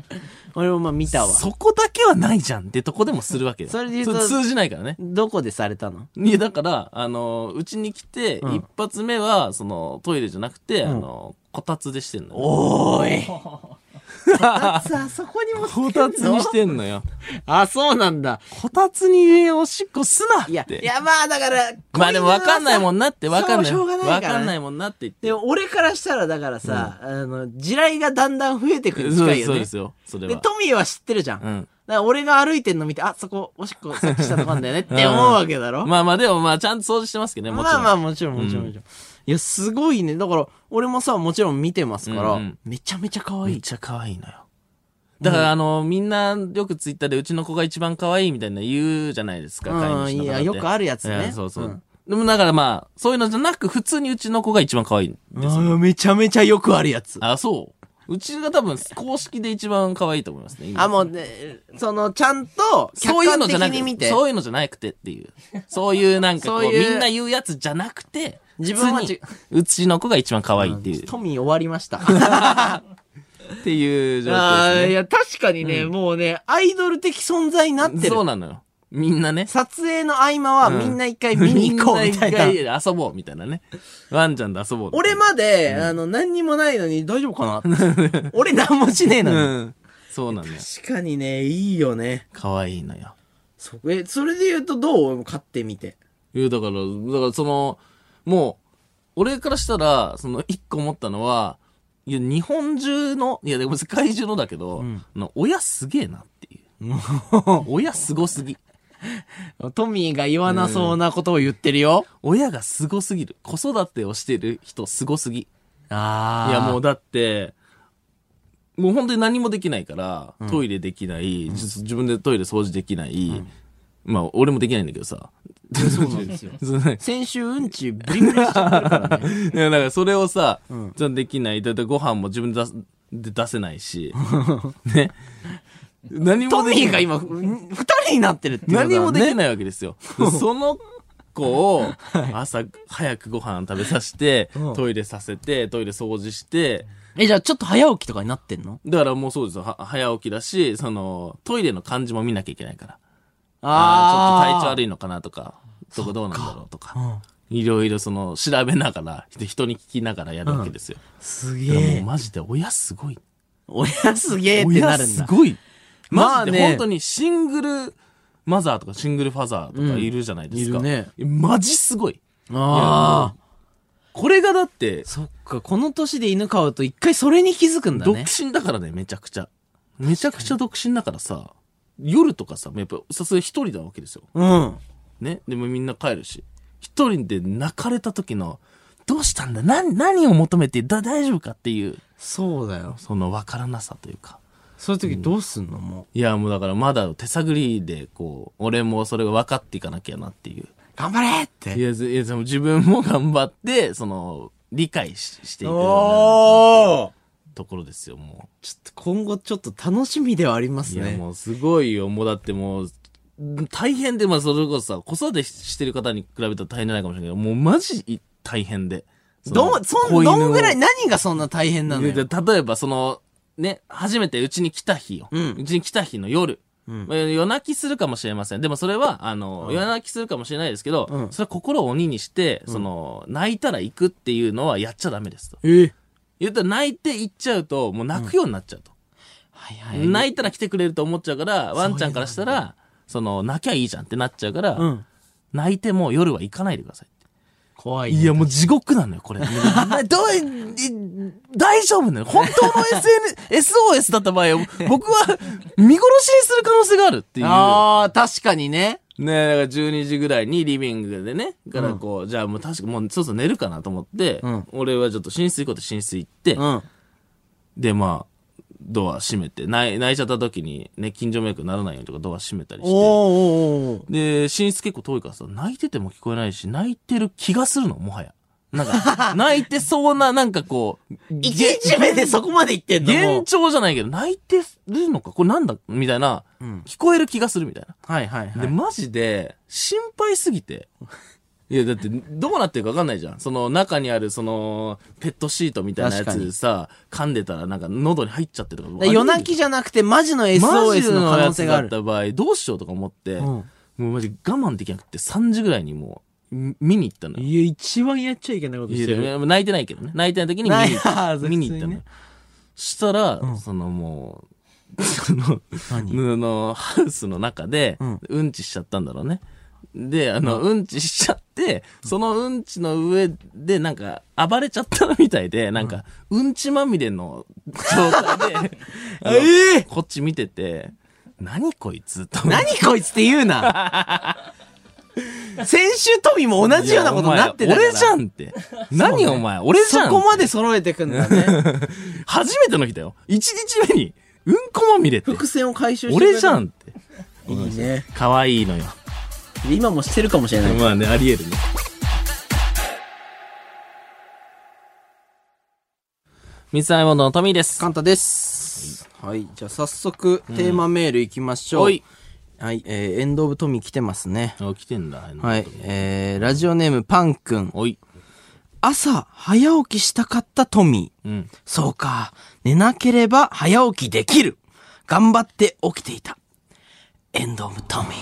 俺もまあ見たわ。そこだけはないじゃんってとこでもするわけよ。それで言うと通じないからね。どこでされたのいやだから、あの、うちに来て、ん一発目は、その、トイレじゃなくて、あの、こたつでしてんのよ。おーい。こたつあそこにもこたつにしてんのよ。あ、そうなんだ。 こたつにおしっこすなって。いや、いやまあだから、まあでもわかんないもんなって、わかんない。そうしょうがなわいからねかんないもんなって言って。でも俺からしたらだからさ、あの、地雷がだんだん増えてくるそう近です、いよそうねで。すよ。それで、は。トミーは知ってるじゃん。うだかん。ら俺が歩いてんの見て、あ、そこ、おしっこさっきしたとこなんだよねって思うわけだろ。まあまあ、でもまあ、ちゃんと掃除してますけどね、もちまろあん。まあもちろんもちろんもちろん。いや、すごいね。だから、俺もさ、もちろん見てますから、うんうんめちゃめちゃ可愛めっい。ちゃ可愛いのよ。だから、あの、みんなよくツイッターでうちの子が一番可愛いみたいな言うじゃないですか、うん、飼い主の方いや、ってよくあるやついねや。そうそう。んでもだからまあ、そういうのじゃなく、普通にうちの子が一番可愛いんあですよ。ーめちゃめちゃよくあるやつ。あ、そう。うちが多分、公式で一番可愛いと思いますね。今あ、もう、ね、その、ちゃんと、そ客ういう観のじ的ゃなくに見て、そういうのじゃなくてっていう。そういうなんかこう、そういうみんな言うやつじゃなくて、自分は普通ちにうちの子が一番可愛いっていう、トミー終わりま した。っていう状況あーいでや、確かにね、もうね、アイドル的存在になっすね。てるそう。なのよ。みんなね。撮影の合間はうんみんな一回見に行こうみたいな。みんな一回遊ぼうみたいなね。ワンちゃんと遊ぼう。俺まで、あの、何にもないのに大丈夫かな って俺何もしねえのに。うん。そうなのよ。確かにね、いいよね。可愛いのよ。そ、え、それで言うとどう買ってみて。いや、だから、だからその、もう、俺からしたら、その、一個思ったのは、いや、日本中の、いや、でも世界中のだけど、あの親すげえなって いう。親すごすぎ。トミーが言わなそうなことを言ってるよ。親がすごすぎる。子育てをしてる人すごすぎ。あいいややももうう、だって、もう本当に何もできないから、トイレできない、じ自分でトイレ掃除できない、まあ俺もできないんだけどさ。そうな んですよ。そうね先週うんちブリブリしちゃってるからね。いやだからそれをさ、ちゃんとできない。だってご飯も自分で出すで出せない し、ね。何トもでミきーながい。今、ふ二人になってるっていうことだね。何もできないわけですよ。でその子 を朝早くご飯食べさせて、トイレさせて、トイレ掃除して、え、じゃあちょっと早起きとかになってんのだからもうそうですよ。は早起きだし、その、トイレの感じも見なきゃいけないから。ああー、ちょっと体調悪い。いのかなとか、どこどうなんだろうとか。いろいろその、調べながら、ひ人に聞きながらやるわけですよ。すだからげもうえ。マジで親すごい。親すげえってな親るんすだ。ごい。まマあジねで本当にシングルマザーとかシングルファザーとかいるじゃないですか。うんいるねマジすごい。ああ。これがだって、そっか、この年で犬飼うと一回それに気づくんだ独ね。身だからね、めちゃくちゃ。めちゃくちゃ独身だからさ、夜とかさ、やっぱさすがに一人なわけですよ。うん。ね。でもみんな帰るし。一人で泣かれた時の、どうしたんだな、何を求めて、だ、大丈夫かっていう、そうだよ。その分からなさというか。そういう時どうすんのもう。いや、もうだからまだ手探りで、こう、俺もそれが分かっていかなきゃなっていう。頑張れっいて。や、ずいやでも自分も頑張って、その、理解ししていくようなおーところですよ、もちょっと今後ちょっと楽しみではありまう。すいや、ね。もうすごいよ。もうだってもう、大変で、まあそれこそさ、子育てしてる方に比べたら大変じゃないかもしれないけど、もうマジ大変で。どう、そん、子犬をどんぐらい、何がそんな大変なのよ。で例えばその、ね、初めてうちに来た日よ。うんうちに来た日の夜。うんえー夜泣きするかもしれません。でもそれは、あの、夜泣きするかもしれないですけど、うんそれは心を鬼にして、その、泣いたら行くっていうのはやっちゃダメですと。え言ったら泣いて行っちゃうと、もう泣くようになっちゃうと。はいはい。泣いたら来てくれると思っちゃうから、ワンちゃんからしたら、その、泣きゃいいじゃんってなっちゃうから、うん。泣いても夜は行かないでください。怖いね。いや、もう地獄なのよ、こ れ。もうどうい、大丈夫なの本当の SNS、SOS だった場合、僕は見殺しにする可能性があるっていう。ああ、確かにね。ねえ、だから12時ぐらいにリビングでね、からこう、じゃあもう確かもうそろそろ寝るかなと思って、うん俺はちょっと寝室行こうと寝室行って、うん。でまあ、ドア閉めて、泣い泣いちゃった時にね、近所迷惑にならないようにとかドア閉めたりして、おーおーおーで、寝室結構遠いからさ、泣いてても聞こえないし、泣いてる気がするの、もはや。なん か、泣いてそうな、なんかこう、一日目でそこまで行ってんのもう幻聴じゃないけど、泣いてるのかこれなんだみたいな、うん聞こえる気がするみたいな。はいはいはで、い。マジで、心配すぎて。いや、だって、どうなってるかわかんないじゃん。その、中にある、その、ペットシートみたいなや確かにつさ、噛んでたら、なんか、喉に入っちゃってとか。で夜泣きじゃなくて、マジの SOS の可能性があマジ。のやつるだった場合、どうしようとか思って、んもうマジ我慢できなくて、3時ぐらいにもう、み見に行ったのよ。いや、一番やっちゃいけないこといしやてでる。も泣いてないけどね。泣いてない時に見に行った。ない見に行ったのよ普通にね。したら、そのもう、その、何あの、ハウスの中で、ううんん、ちしちゃったんだろうね。で、あの、うんちしちゃって、そのうんちの上で、なんか、暴れちゃったみたいで、なんか、うんちまみれの状態で、あのええこっち見てて、何こいつと思って。何こいつって言うな 先週トミも同じようなことになってたいかやら。俺じゃんって。 何お前、俺じゃんそこまで揃えてくんだね。初めての日だよ。一日目に、うんこまみれって。 伏線を回収してくれた俺じゃんって。いいね。可愛いのよ。今もしてるかもしれない。まあね、あり得るね。三つ編みボンドのトミーです。カンタです。はい。じゃあ早速、テーマメールいきましょう。おい。はい。えー、エンドオブトミ来てますね。あ、来てんだ。はい。えー、ラジオネームパン君。おい。朝、早起きしたかったトミー。うん。そうか。寝なければ早起きできる。頑張って起きていた。エンドオブトミー。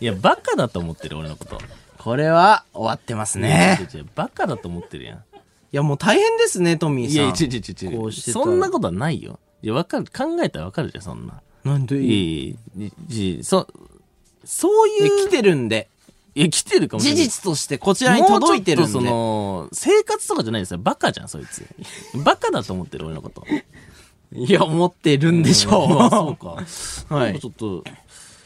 いや、バカだと思ってる、俺のこと。これは終わってますね。違う違うバカだと思ってるやん。いやもう大変ですね、トミーいさん。や、違う違う違うこ違う。うしてたそらんなことはないよ。いや、わかる、考えたらわかるじゃん、そんな。なんでいやいやいやいやそ、そういやいう、来てるんで。いや、来てるかもしれ事ない。実としてこちらに届いてるんで。もうちょっとその、生活とかじゃないですよ。バカじゃん、そいつ。バカだと思ってる、俺のこと。いや、思ってるんでしょう。あそうか。はいちょっと。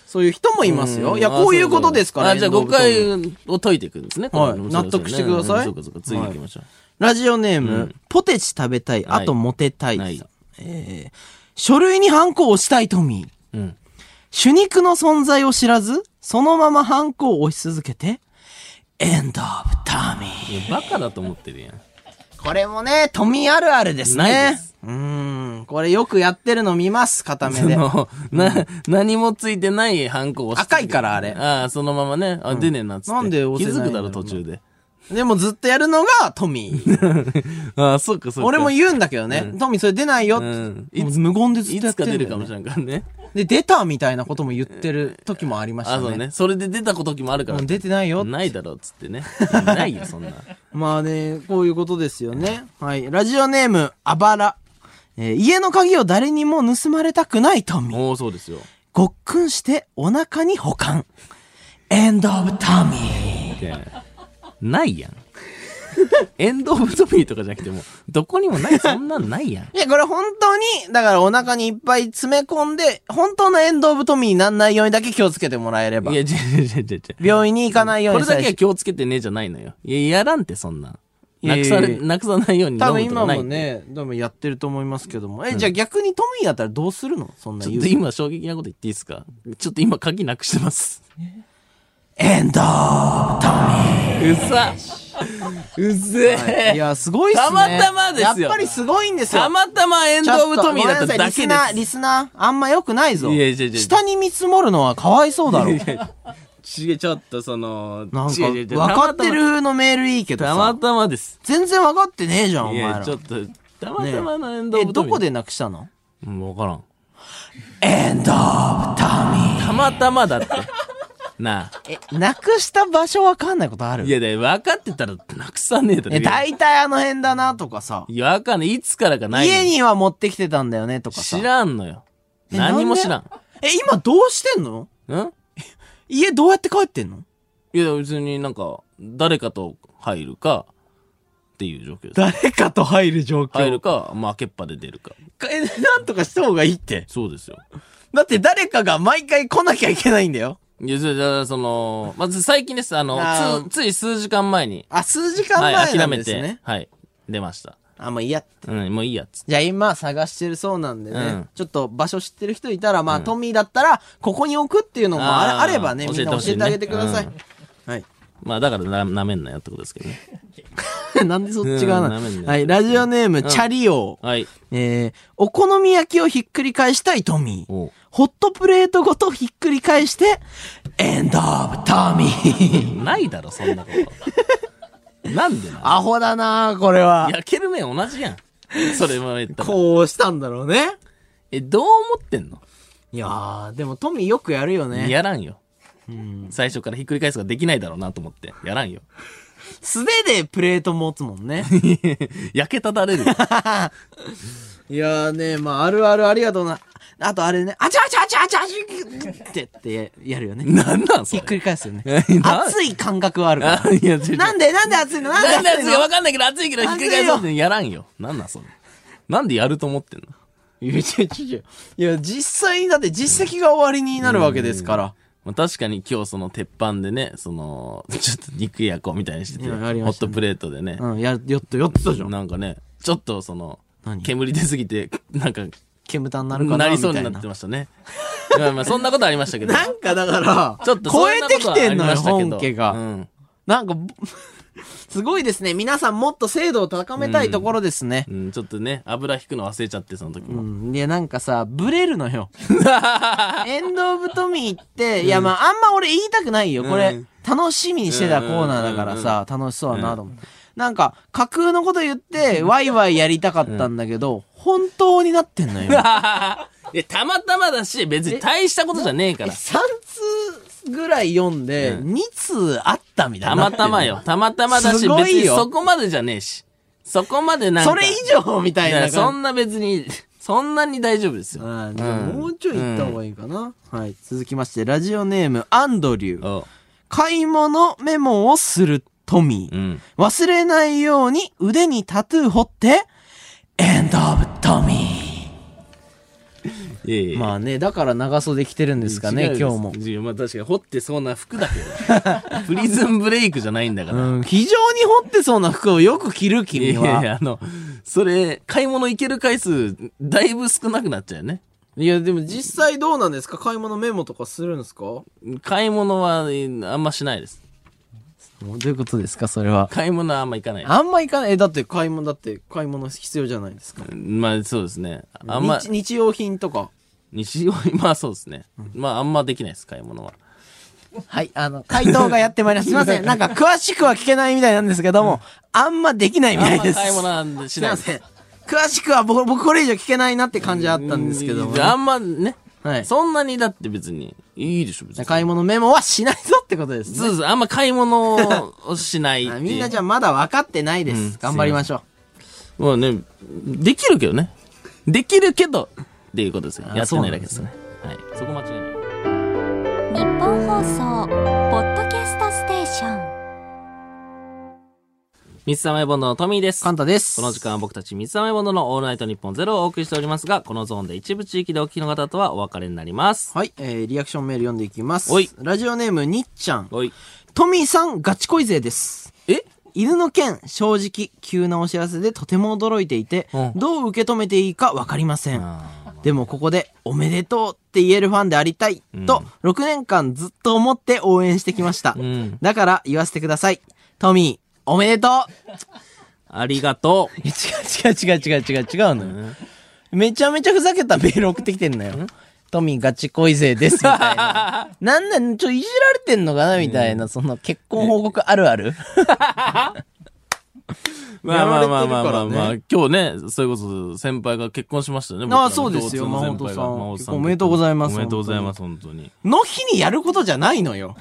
そういう人もいますよ。いや、こういうことですから。あ、じゃあエンドオ誤ブトミー解を解いていくんですね。はいこれね納得してくださいそうかそうか、ついていきましょラジオネーム、ポテチ食べたい、はいあとモテたいさん。はいえー、書類にハンコを押したいトミー。う。うん。主肉の存在を知らず、そのままハンコを押し続けて、エンドオブトミー。いや、バカだと思ってるやん。これもね、トミーあるあるですないでねす。うーん。これよくやってるの見ます、片目そで。の、な、何もついてないハンコを押して赤いからあれああ、そのままね。あ、出ねえな、つって。なんで押せない気づんくだだろろ、途う中で。でもずっとやるのがト ミー。ああ、そっか、そっか。俺も言うんだけどね。トミーそれ出ないよって。うんいつ無言でずっいとやつってかんだ出よねるかもしれんからね。で、出たみたいなことも言ってる時もありましあ、たそうね。ね。それで出た時もあるからうん。出てないよ。ないだろ、つってね。いやないよ、そんな。まあね、こういうことですよね。はい。ラジオネーム、あばら。えー家の鍵を誰にも盗まれたくないトミー。おおそうですよ。ごっくんしてお腹に保管。エンドオブトミー。でないやん。エンド・オブ・トミーとかじゃなくてもう、どこにも ない、そんなんないやん。いや、これ本当に、だからお腹にいっぱい詰め込んで、本当のエンドオブトミーになんないようにだけ気をつけてもらえればいや、。違う違う違う違う。病院に行かないようこにれだけは最初気をつけてねじゃないのよ。いや、やらんって、そんなん。いやないくやさいやれ、なくさないように飲むと多分か今ないも。ね、多分やってると思いますけども。え、じゃあ逆にトミーだったらどうするのそんなち言ょっうと。今、衝撃なこと言っていいですかちょっと今、鍵なくしてます。エンドートうさ。うぜミーいえ。や、すごいっすね。たまたまですよやっぱりすごいんですよ。たまたまエンちド・オょブ・っとトミーだっごめたんなださいけリスでナー、リスナー、あんま良くないぞ。いやいやいや下に見積もるのはかわいそうだろ。す。ちげ、ちょっとその、なんか、違う違う違う分かってる風のメールいいけどたまたまさた。またまです。全然分かってねえじゃん、おい前や、らち。ょっと、たまたまのエンド・オえ、ブ・トどミー。こでなくしたのうん、わからん。エンド・オブ・タミたまたまだって。なあ。ー。え、なくした場所わかんないことあるいや、で、分かってたら、なくさねえだろ。え、大体あの辺だなとかさ。いや、わかんない。いつからかないの。家には持ってきてたんだよねとかさ。知らんのよ。え何も知らん。え、今どうしてんのん家どうやって帰ってんのいや、別になんか、誰かと入るか、っていう状況です。誰かと入る状況。入るか、まあ、開けっぱで出るか。え、なんとかした方がいいって。そうですよ。だって誰かが毎回来なきゃいけないんだよ。いや、それだからその、まず最近です。あのあー、つ、つい数時間前に、あ、数時間は前い、諦なんめですね。て、はい、出ました。あ、もういいや。うん、もういいやつ。じゃあ今探してるそうなんでね、うんちょっと場所知ってる人いたら、まあ、トミーだったら、ここに置くっていうのもあれあーあればね、教えみてんな教ほしいねえてあげてください。うんはい。 まあ、だからな、舐めんなよってことですけどね。なんでそっち側なうんダメだのよはい、ラジオネーム、チャリオー。はい。えー、お好み焼きをひっくり返したいトミー。おうホットプレートごとひっくり返して、エンドオブトミー。ないだろ、そんなこと。 なんでな。アホだなあこれは。焼ける面同じやん。それも言ったらこうしたんだろうね。え、どう思ってんのいやー、でもトミーよくやるよね。やらんよ。最初からひっくり返すができないだろうなと思って。やら んよ。素手でプレート持つもんね。焼けただれる。いやーね、まあ、あるあるありがとうな。あとあれね、あちゃあちゃあちゃあちゃあちゃってってやるよね。なんなんそひっれ。くり返すよねえ。な熱い感覚はあるかあいや、違う違ら。うなんで、なんで熱いのななんでんでやつ熱いがのわかんないけど熱いけどひっくり返すってやらんよ。なんなんそれ。なんでやると思ってんのいや、ちょちょちょいや、実際にだって実績が終わりになるわけですから。まあ、確かに今日その鉄板でね、その、ちょっと肉焼こうみたいにしてて、いホやありましッたねトプレートでね、うん、や、よっと、よっとじゃん。なんかね、ちょっとその何、煙出すぎて、なんか、煙たになるなかなりみそうにたいななって。ましたね。まあまあ、そんなことありましたけど。なんかだから、ちょっと超そんえなてこときはあてりんのまよ、したけど本家が。うんなんか、ぼ すごいですね。皆さんもっと精度を高めたいところですね。うん、ちょっとね、油引くの忘れちゃって、その時 うも。ん。いや、なんかさ、ブレる のよ。エンド・オブ・トミーって、いや、まあ、あんま俺言いたくないよ。これ、うん楽しみにしてたコーナーだからさ、楽しそうだなと思って。なんか、架空のこと言って、ワイワイやりたかったんだけど、本当になってんのよ。いや、たまたまだし、別に大したことじゃねえから。 3通ぐらい読んで、う2通あったみたいたになっまてんの。たまよ。たまたまだし、 す別ごいよにそこまでじゃねえし。そこまでなんか。それ以上みたいいやなそ感じ。んな別に、そんなに大丈夫ですよ。あーでももうちょい行った方いがいいかな。はい。続きまして、ラジオネーム、アンドリュー。お買い物メモをするトミうー。ん。忘れないように腕にタトゥー彫って、エンドオブトミいやいー。や。まあね、だから長袖着てるんですか違うね、です今日も。いやまあ確かに、掘ってそうな服だけど。 プリズンブレイクじゃないんだから。 うん、非常に彫ってそうな服をよく着るいや君いやいは。や、あの、それ、買い物行ける回数、だいぶ少なくなっちゃうよね。いや、でも実際どうなんですか買い物メモとかするんですかど買い物は、えーあんましないです。ういうことですかそれは。買い物はあんま行かない。あんま行かない。え、だって買い物だって買い物必要じゃないですか。まあそうですね。あんま、日日用品とか。日常、まあそうですね。まああんまできないです、買い物は。はい、あの、 回答がやってまいりました。すい ません。なんか詳しくは聞けないみたいなんですけども、あんまできないみあたんいま です。買い物はすしいないまですせん。詳しくは僕、僕これ以上聞けないなって感じあったんですけども、うんあんまね、はい。そんなにだって別に、いいでしょ、別に。買い物メモはしないぞってことですそね。うです。あんま買い物をしないっていあう。みんなじゃあまだ分かってないです。うん頑張りましょう。まあね、できるけどね。できるけど、っていうことですよ。あやってないだけですね。はい。そこ間違いない。日本放送ポッドキャストステーション三つ玉エボンドのトミーですカ。ンタです。この時間は僕たち三つ玉エボンドのオールナイトニッポンゼロをお送りしておりますが、このゾーンで一部地域でお聞きの方とはお別れになります。はい、えー、リアクションメール読んでいきます。おいラジオネーム、にっちゃん。おい。トミーさん、ガチ恋勢です。え犬の件、正直、急なお知らせでとても驚いていて、うんどう受け止めていいかわかりません。あでもここで、おめでとうって言えるファンでありたい、と、6年間ずっと思って応援してきました。んだから、言わせてください。トミー、おめでとうありがとう。違う違う違う違う違う違うのよ。めちゃめちゃふざけたメール送ってきてんのよ。トミーガチ恋勢です、みたい な。なんなん、ちょ、いじられてんのかなみたいな、その結婚報告あるあるまあまあまあまあまあやらまあ、れ今日ね、それこそ先輩が結婚しましたよね。僕らのあそうですよ共通の先輩が真帆さん真帆結婚おめでとうございますおめでとうございます、本当に。の日にやることじゃないのよ。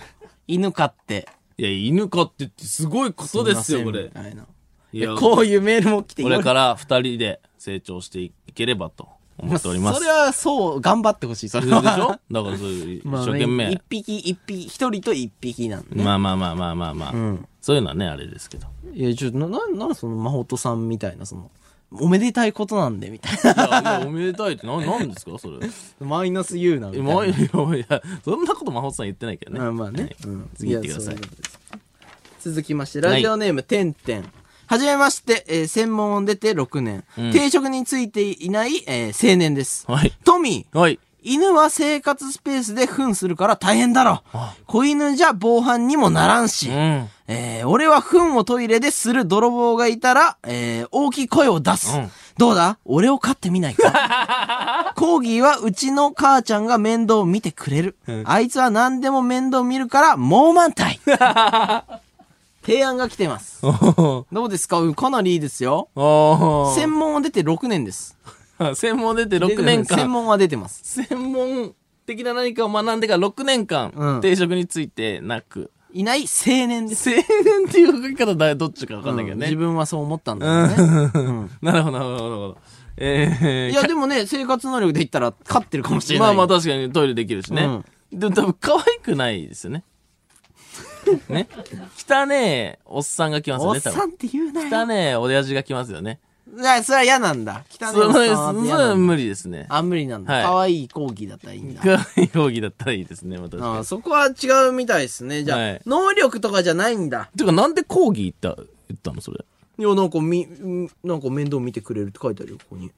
犬飼って。いや、犬飼ってってすごいことですよ、これみ。たいな。いや、こういうメールも来てこれから二人で成長していければと思っております。それはそう、頑張ってほしい、それそうは。でしょだからそういう、一まあね生懸命一。匹一匹、一人と一匹なんで。まあまあまあまあまあまあ。そういうのはね、あれですけど。いや、ちょっと、な、な、なんその、まほとさんみたいな、その、おめでたいことなんで、みたいな。 いやいや、おめでたいってな、なんですかそれ。マイナス言うな、みえたいまな。あいや、いや、そんなこと真帆さん言ってないけどね。まあまあね。うん次行ってくださいやそううことです続きまして、はいラジオネーム、てんてん。はじめまして、えー専門を出て6年。ん定職についていない、えー青年です。はいトミー。はい。犬は生活スペースで糞するから大変だろ。子犬じゃ防犯にもならんし。うん。えー俺は糞をトイレでする泥棒がいたら、えー大きい声を出す。うんどうだ俺を飼ってみないか コーギーはうちの母ちゃんが面倒を見てくれる。あいつは何でも面倒見るから、もう満体 提案が来て ます。おどうですかうんかなりいいですよ。お専門を出て6年です。専門出て6年専間。門は出てます。専門的な何かを学んでから6年う間ん、定職についてなく。いない青年です。青年っていう書き方だどっちかわかんないけうどんね。自分はそう思ったんだけどね。なるほど、なるほど、なるほど。えー、いや、でもね、生活能力で言 ったら飼ってるかもしれない。まあまあ確かにトイレできるしね。でも多分可愛くないですよ ね。ね。汚ねえおっさんが来ますよおっね、多さ分。んって言うなよ。汚ねえ親父が来ますよね。いや、それは嫌なんだ。汚いその、おそっさんは嫌なのんだ無理ですね。あ、無理なんはだ。い可愛い講義だったらいいんだ。可愛い容疑だったらいいですね、まあ確あかあに。そこは違うみたいですね。じゃあ、はい能力とかじゃないんだ。てか、なんで講義言った、言ったのそれ。いや、なんかみ、んなんか面倒見てくれるって書いてあるよ、ここに。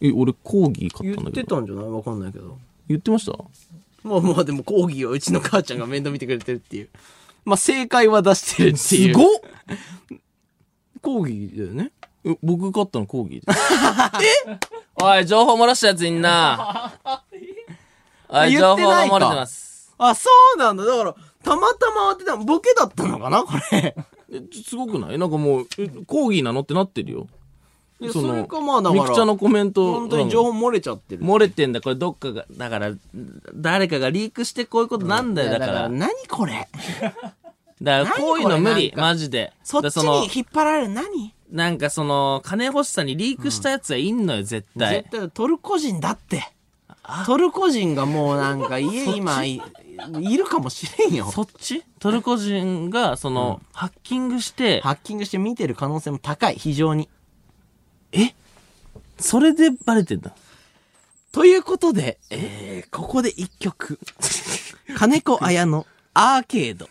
え、俺講義買言ったんだっけてど。たんじゃないわかんないけど。言ってましたまあまあ、でも講義はうちの母ちゃんが面倒見てくれてるっていう。まあ、正解は出してるっていう。ごっ講義だよね。え僕買ったの講 義えおい、情報漏らしたやついんな。おい、言情っ報てないか漏れてます。あ、そうなんだ。だから、たまたま当てた、ボケだったのかなこれ。えちょすごくないなんかもう、え講義なのってなってるよ。いやそのそれかまあだかミらクチャのコメント。本当に情報漏れちゃってる。漏れてんだ、これどっかが、だから、誰かがリークしてこういうことなんだいよ、やだから。だか何これら、こういうの無何これ理、なんかマジで。そっだちからに引っ張られる何の、なんかその、金欲しさにリークしたやつはいんのよ、絶対絶。対トルコ人だって。トルコ人がもうなんか家 今いいるかもしれんよ。そっちトルコ人が、その、ハッキングして、ハッキングして見てる可能性も高い、非常に。それでバレてんだ。 ということで、えー、ここで一 曲。金子綾のアーケード。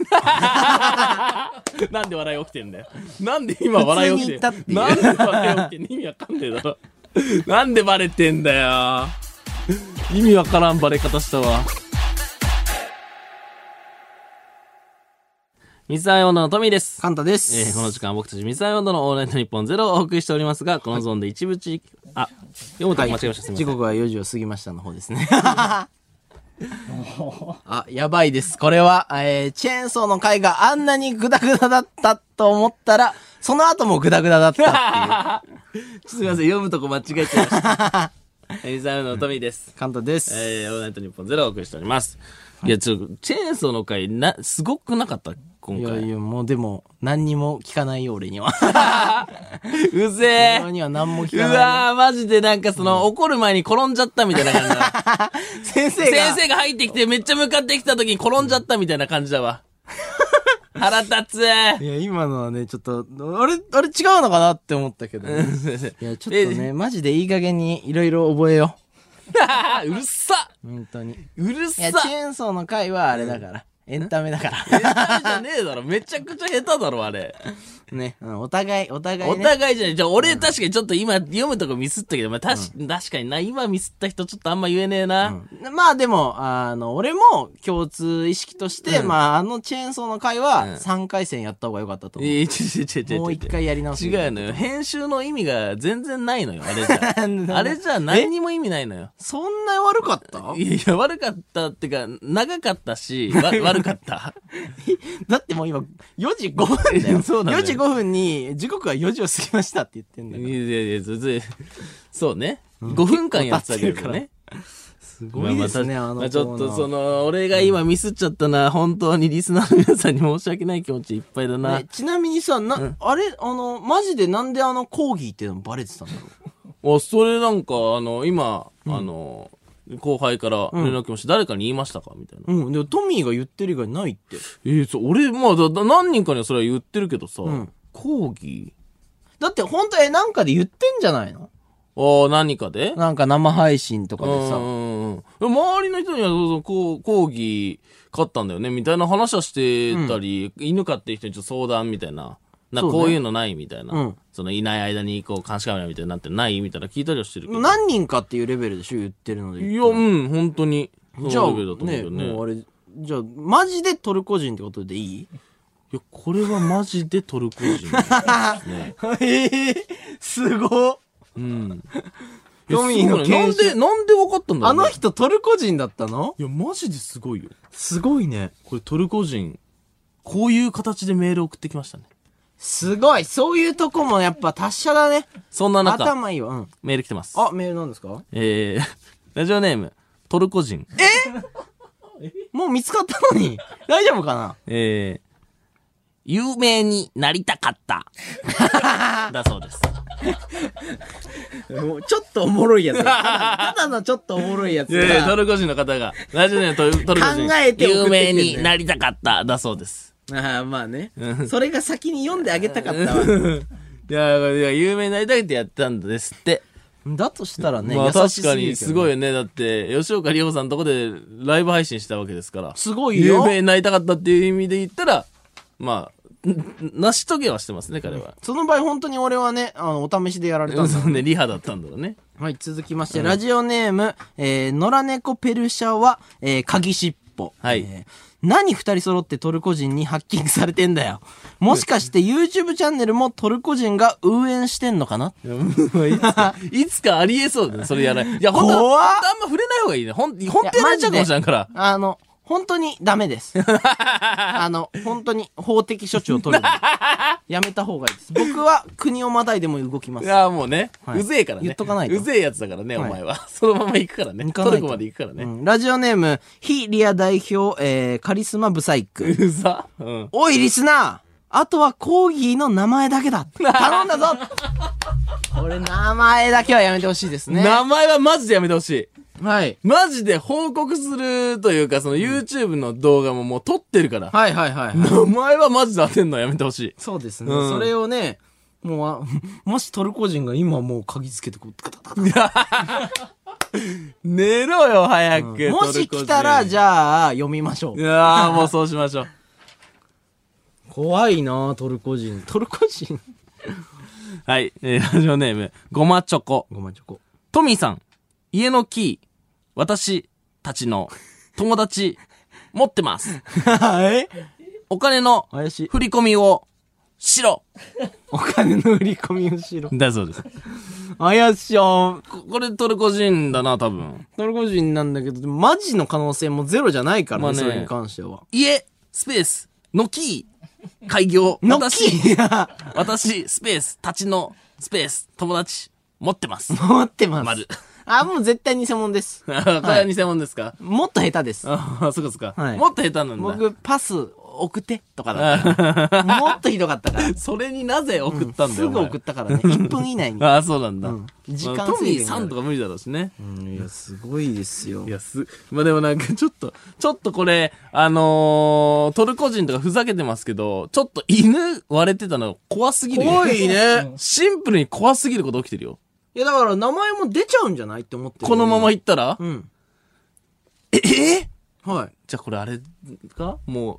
なんで笑い起きてんだよ。なんで今笑い起きてんだよ普通に言なったんで笑い起きてんの意味わかんねえだろ。なんでバレてんだよ。意味わからんバレ方したわ。水溜りボンドのトミーです。カンタでえーす。この時間は僕たち水溜りボンドのオールナイトニッポンゼロをお送りしておりますが、このゾーンで一部地域、あ、読むとこ間違えました。すみませ時ん。刻は4時を過ぎましたの方です ね。あ、やばいです。これは、えーチェーンソーの回があんなにグダグダだったと思ったら、その後もグダグダだったっ すみません。読むとこ間違えちゃいました。 水溜りボンドのトミーです。 ていう。カンタです。えー、オールナイトニッポンゼロをお送りしております。いや、ちょっと、チェーンソーの回、な、すごくなかった今い回。やいや、もうでも、何にも聞かないよ、俺には。 うぜ俺えには何も聞うかなわー、マジでなんかその、怒る前に転んじゃった みたいな感じだ。い。先生が先生が入ってきて、めっちゃ向かってきた時に転んじゃったみたいな感じだわ。腹立 ついや、今のはね、ちょっと、あれ、あれ違うのかなって思ったけど、ね。いや、ちょっとね、マジでいい加減にいろいろ覚えよ うるさう。本当に。うるいさや、チェーンソーの回はあれだから。エンタメだか下手じゃねえだろ。めちゃくちゃ下手だろ、あれ。ら。 ね。うんお互い、お互いおね。互いじゃねえ。じゃあ俺確かにちょっと今読むとこミスったけど、まあ、たし、確かにな、今ミスった人ちょっとあんま言えねえな。うんまあでも、あの、俺も共通意識として、うんまあ、あのチェーンソーの回うんは3回戦やった方が良かったと思う。ええ、ちょちょちょちょちょ。もう一回やり直す。 違うのよ。編集の意味が全然ないのよ、あれじゃ。なんだあれじゃ何にも意味ないのよ。そんな悪かったいやいや、悪かったってか、長かったし、わ悪か った。だってもう今、4時5分 だよ。そうなのよ4時5分に、時刻は4時を過ぎましたって言ってんいだやから。いやいや、ずずそうね。5分間やってたけどね。すまごあいまあですね、たあのコーナー。まあちょっとその、俺が今ミスっちゃったな、本当にリスナーの皆さんに申し訳ない気持ちいっぱいだな。ねちなみにさ、な、あれ、あの、マジでなんであの講義っていうのバレてたんだろあ、それなんか、あの、今、あの、後輩から連絡来ました。誰かに言いましたかみたいな。う。うん、でもトミーが言ってる以外ないって。えー、そう、俺、まあ、だだ何人かにはそれは言ってるけどさ、ん講義だって本当え、なんかで言ってんじゃないのああ、何かでなんか生配信とかでうんうさ。んうんでも周りの人にはそうそうこう講義勝ったんだよねみたいな話はしてたり、犬飼ってる人にちょっと相談みたいな。なんそかうねこういうのないみたいな。うんそのいない間にこう監視カメラみたいになってないみたいな聞いたりはしてるけど。何人かっていうレベルでしょ言ってるのでい言や、ったら。うん、本当に。じゃあそのレベルだと思うけどねね、もうあれ、じゃあ、マジでトルコ人ってことでいいいや、これはマジでトルコ 人。ね、 ええすごうん。トミーのいやすごいねなんで、なんで分かったんだろあうね、の人トルコ人だったのいや、マジですごいよ。すごいね。これトルコ人、こういう形でメール送ってきましたね。すごいそういうとこもやっぱ達者だね。そんな中、頭いいわ。うん。メール来てます。あ、メールなんですかえー、 ラジオネーム、トルコ人。えもう見つかったの に。大丈夫かなえー、有名になりたか った。だそうです。もうちょっとおもろい やつ。ただのちょっとおもろいやついやいやトルコ人の方が、ラジオネームト ルトルコ人。考えて送有ってきて名んだよになりたかった。だそう です。ああ、まあね。それが先に読んであげたかったわ。いや、いや有名になりたいってやったんですって。 だとしたらね、まあ優し確すぎかるけどねにすごいよね。だって、吉岡里帆さんのとこでライブ配信したわけですから。すごい有よ。名になりたかったっていう意味で言ったら、まあ、ん成し遂げはしてますね、彼は。その場合本当に俺はね、あの、お試しでやられたん だそうね、リハだったんだろうね。はい、続きまして、ラジオネーム、えー、野良猫ペルシャは、えー、鍵しっぽ。はいえー何二人揃ってトルコ人にハッキングされてんだよ。もしかして YouTube チャンネルもトルコ人が運営してんのかないつかありえそう だね、それやらない。いや、ほんと、ほんと怖っあんま触れない方がいいね。ほん、ほんとやられちゃうかもしれんから。あの、本当にダメ です。あの、本当に法的処置を取るのでやめた方がいいです。僕は国をまたいでも動きまいす。や、もうね、はいうぜえからね。言っとかないとうぜえやつだからね、はおい前は。 そのまま行くからね。行かトないルとコまで行くからうね。んラジオネーム、非リア代表、えー、カリスマブサイク。うざ。うん。おいリスナーあとはコーギーの名前だけ だ頼んだぞこれ名前だけはやめてほしいですね。名前はマジでやめてほしい。はい。マジで報告するというか、その YouTube の動画ももう撮ってるから。はいはいはい、はい。名前はマジで当てんのやめてほしい。そうですね、うんそれをね、もうあ、 もしトルコ人が今もう鍵つけてこう、ガタガタガ寝ろよ、早く。タもし来たら、じゃゃあ、読みましょ。いうやー、もうそうしましょう。怖いなあトルコ人。トルコ人はい、えーラジオネーム、ごまチョコ。ごまんチョコ。トミーさん、家のキー、私たちの友達、持ってます。 はいお金の怪しい。振り込みを、しろ。お金の売り込みをしろ。だそうです。怪しいよ。ここれトルコ人だな、多分。トルコ人なんだけど、でもマジの可能性もゼロじゃないからね、まあねそれに関しては。家、スペース、のキー、開業、の私、きや私、スペース、たちの、スペース、友達、持ってます。持ってます。丸あ、もう絶対偽物です。あこれは偽物ですか、もっと下手です。ああ、そっかそっか、はいもっと下手なんだ。僕、パス送ってとかだったよもっとひどかっ たから。それになぜ送ったんだすよ。ぐお前送ったからね。1分以内に。ああ、そうなんだ。うん時間まあ制限トミーさんとか無理だろうしね。うんいや、すごいですよい。や、す、まあ、でもなんかちょっと、ちょっとこれ、あのートルコ人とかふざけてますけど、ちょっと犬割れてたの怖すぎるよ怖いね。シンプルに怖すぎること起きてるよ。いや、だから名前も出ちゃうんじゃないって思ってるこのまま行ったら、うん。ええはじゃあこれあれかもう、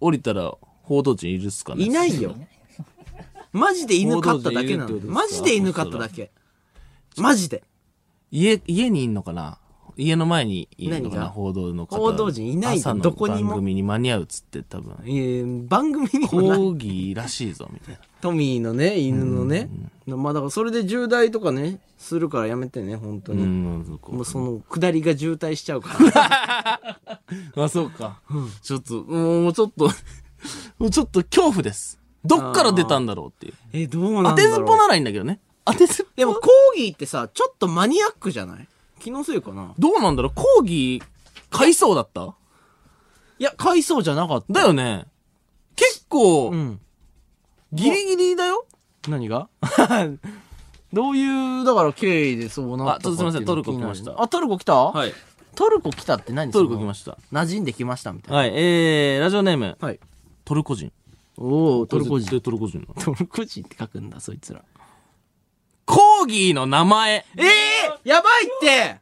降りたら報道陣いるっすかい。ねいないよ。マジで犬飼っただけな報道陣いるってことのです。かマジで犬飼っただけ。マジで。家、家にいんのかな家の前にいるのかな何が報道の方。報道陣いないよ朝のどこにも番組に間に合うっつって多分。えー番組にもない抗議らしいぞ、みたいな。トミーのね、犬のね。まあだからそれで渋滞とかね、するからやめてね、本当うに。ん、そうかもうその、下りが渋滞しちゃうから。あ、そうか。ちょっと、もうちょっと、もうちょっと恐怖です。どっから出たんだろうっていう。 え、どうな当んだてろうずっぽならいいんだけどね。当てずっぽ。でも、コーギーってさ、ちょっとマニアックじゃない気のせいかなどうなんだろう抗議、買いそうだったいや、買いそうじゃなかった。だよね。結構、ん。ギリギリだよ。何が どういう、だから経緯でそうなったかあちょっとすいませんってうのトルコ来ました気になるあ、トルコ来たはい。い。トルコ来たって何。トルコ来ました馴染んできましたみたた。いな。はい、えー、ラジオネーム、はい。トルコ人。おおトルコ絶人。対トルコ人なの。トルコ人って書くんだ、そいつら。コーギーの名前、ええやばいって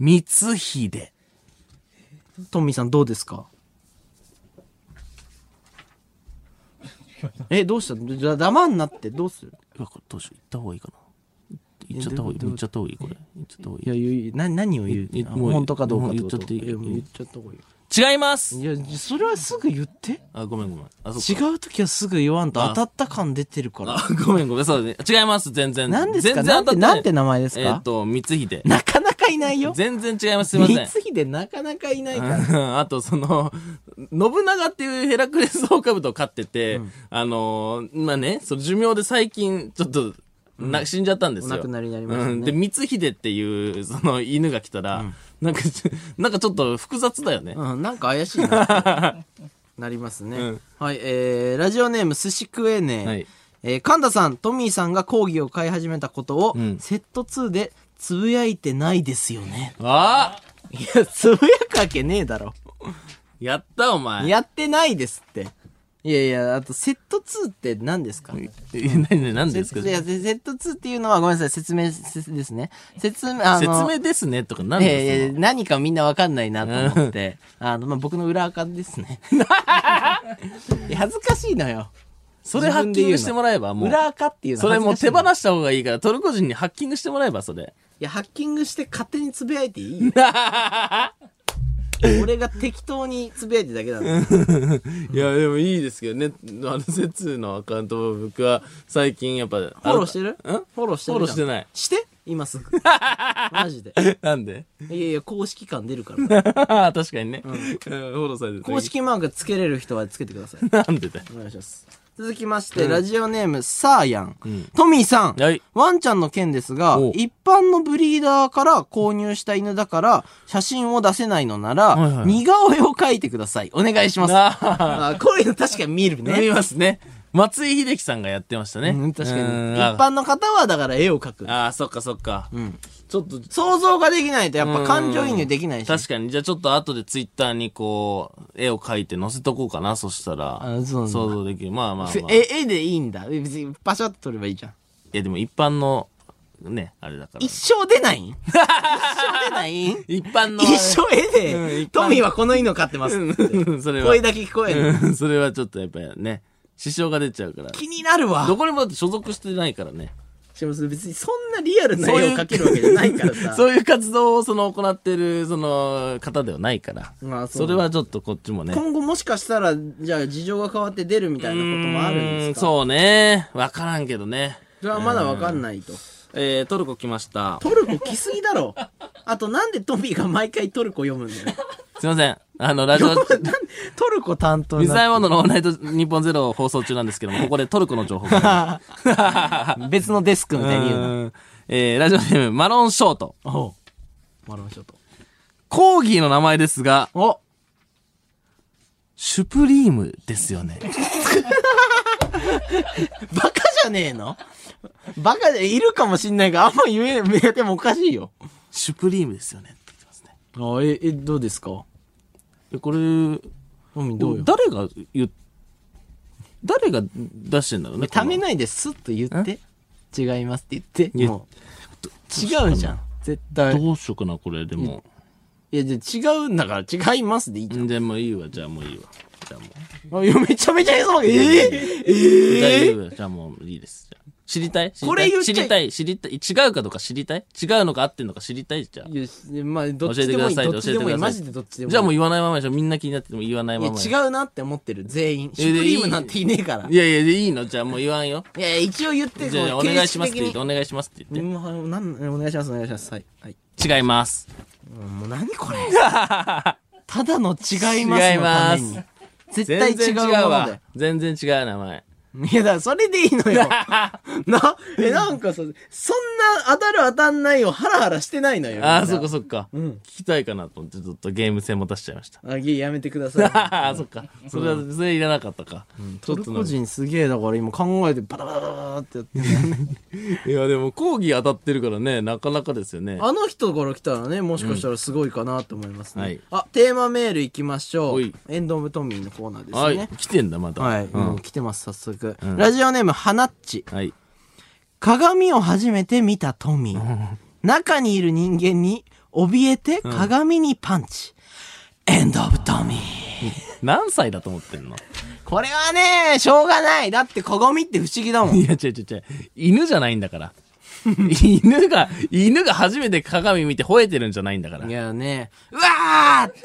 光秀。トミーさんどうですかえ、どうしたじゃあ、黙んなって、どうするうわこれどうしよう。行った方がいいかな。行っちゃった方がいい。行っちゃった方がいい、これ。行っちゃった方がいや、言う、な、何を言ういいあもう本当かどうかってこともう言っちゃっていいいやもう言っちゃった方がいいい。違いますい。いや、それはすぐ言って。あ、ごめんごめん。あ、そうか違う時はすぐ言わんとあ当たった感出てるから。あ、 ごめんごめん。そうね。違います、全然。何ですか全然なんて、なんて名前ですえーっかと、光秀。なかなかいないよ。全然違います、すいません光。秀なかなかいないから。うん あと、その、信長っていうヘラクレスオオカブトを飼ってて、あのー、まあね、その寿命で最近、ちょっと、な、死んじゃったんですよ。お亡くなりになりましたねうんで、光秀っていう、その、犬が来たら、なんか、ちょなんかちょっと複雑だよね。うん、なんか怪しいなって。なりますね、うんはい、えー、ラジオネーム寿司食えねえ。はいえー、神田さん、トミーさんが講義を買い始めたことを、うんセット2でつぶやいてないですよね。ああいや、つぶやくわけねえだろ。やった、お前。 やってないですって。いやいや、あと、セット2って何ですかえ、何、何何セですかットいやセセット2っていうのは、ごめんなさい、説明せですね。説明、あ説の、明ですね、とか何ええですか何かみんなわかんないなと思って、あの、まあ、僕の裏垢で すね。いや恥ずかしいのよ。それハッキングしてもらえば、もう。裏垢っていうのそれもう手放いの。した方がいいから、トルコ人にハッキングしてもらえば、それ。いや、ハッキングして勝手につぶやいてい いよ俺が適当につぶやいてるだけだの。いや、でもいいですけどね。あの、セツのアカウントを僕は最近やっぱ。フフォローしてるんフォローしてるフォローしてないして 今すぐ。マジで。なんでいやいや、公式感出るから。 確かにね。うんフォローされてる。公式マークつけれる人はつけてください。なんでだよ。お願いします。続きまして、ラジオネーム、サーヤン。んトミーさん。はいワンちゃんの件ですがおう、一般のブリーダーから購入した犬だから、写真を出せないのなら、はいはい似顔絵を描いてください。お願いしま す。ああーこういうの確かに見るあ、見ね。ますね。松井秀喜さんがやってましたね。うん、確かに。一うんあ般の方は、だから絵を描く。ああ、そっかそっか。んちょっと、想像ができないと、やっぱ感情移入できないし。確かに。じゃあちょっと後でツイッターにこう、絵を描いて載せとこうかな。そしたら、あそうなんだ想像できる。まあまあ、まあ。いえ、絵でいいんだ。別に、パシャッと撮ればいいじゃん。や、でも一般の、ね、あれだから一。生出ないん一生 出ないん一般の。一生絵うん一で、般トミーはこの犬を飼ってます。うんそれは声。だけ聞こえる。うんそれはちょっとやっぱりね、支障が出ちゃうから。気になるわど。こにもだって所属してないからね。しかもそれ別にそんなリアルな絵を描けるわけじゃないから さ。そういう活動をその行ってる、その方ではないから。まあそうそれはちょっとこっちもね。今後もしかしたら、じゃあ事情が変わって出るみたいなこともあるんですかうーそうね。わからんけどね。それはまだわかんないと。えー、トルコ来ました。トルコ来すぎだろ。あとなんでトミーが毎回トルコ読むんだよ。すいません。あの、ラ ジオ、トルコ担当水な溜りボンドのオールナイト日本ゼロを放送中なんですけど も、ここでトルコの情報が。別のデスクみうたいに言うな。ーんえー、ラジオネーム、マロンショート。おう。マロンショット。コーギーの名前ですが、おシュプリームですよね。バカじゃねえのバカで、いるかもしんないが、あんま言え、言えてもおかしいよ。シュプリームですよね。って言ってますねあ、え、え、どうですかえこれ、うん、どうよ。誰が言っ、誰が出してんだろうね。たこのめないでスッと言って。違いますって言って。言っもう違うじゃん。絶対。どうしようかな、これ。でも。いや、じゃあ違うんだから違いますでいいじゃん。でもいいわ、じゃあもういいわ。じゃあもう。あいや、めちゃめちゃへそばけ。ええ大丈夫じゃあもういいです。じゃあ知りたいこれ言っちゃ知いりたい知りたい知りたい違うかどうか知りたい違うのか合ってんのか知りたいじゃあ。よし、まあ、どっちでもいい。教えてくださいどっちでも教いえてください。いマジでどっちでもいい。じゃあもう言わないままでしょ。みんな気になってても言わないまま。いや、違うなって思ってる。全員。えシュプリームなんていねえから。いやいや、でいいのじゃあもう言わんよ。いや、一応言って、じゃあじゃあおこう願いしますって言って、形式的お願いしますってに言っうんなんお願いします、お願いします。はい。はい。て。違います。うんもう何 これただの違いま違いすのまためすに。絶対違うものだよ。全然違う名前。 いや、だからそれでいいの よ。な、え、なんかさ、そんな当たる当たんないをハラハラしてないのよ。ああ、みんそなっかそっか。うん聞きたいかなと思って、ずっとゲーム性も出しちゃいま した。あ、いややめてくだ さい。ああ、そっか。それは、それいらなかったか。ちょトっルとコの。人すげえだから今考えてバタバタバタバタってやってる。いや、でも、講義当たってるからね、なかなかですよね。 あの人から来たらね、もしかしたらすごいかなと思いますね。はいあ、テーマメール行きましょおうい。エンドオブトミーのコーナーですはいね。。来てんだ、まだ。はい。うもんう。来てます、早速。んラジオネーム、はなっち。はい。鏡を初めて見たトミー。中にいる人間に怯えて鏡にパンチ。エンドオブトミー。何歳だと思ってんの これはね、しょうがない。だって鏡って不思議だもん。いや、違う違う違う。犬じゃないんだから。犬が、犬が初めて鏡見て吠えてるんじゃないんだからい。やね、うわーって。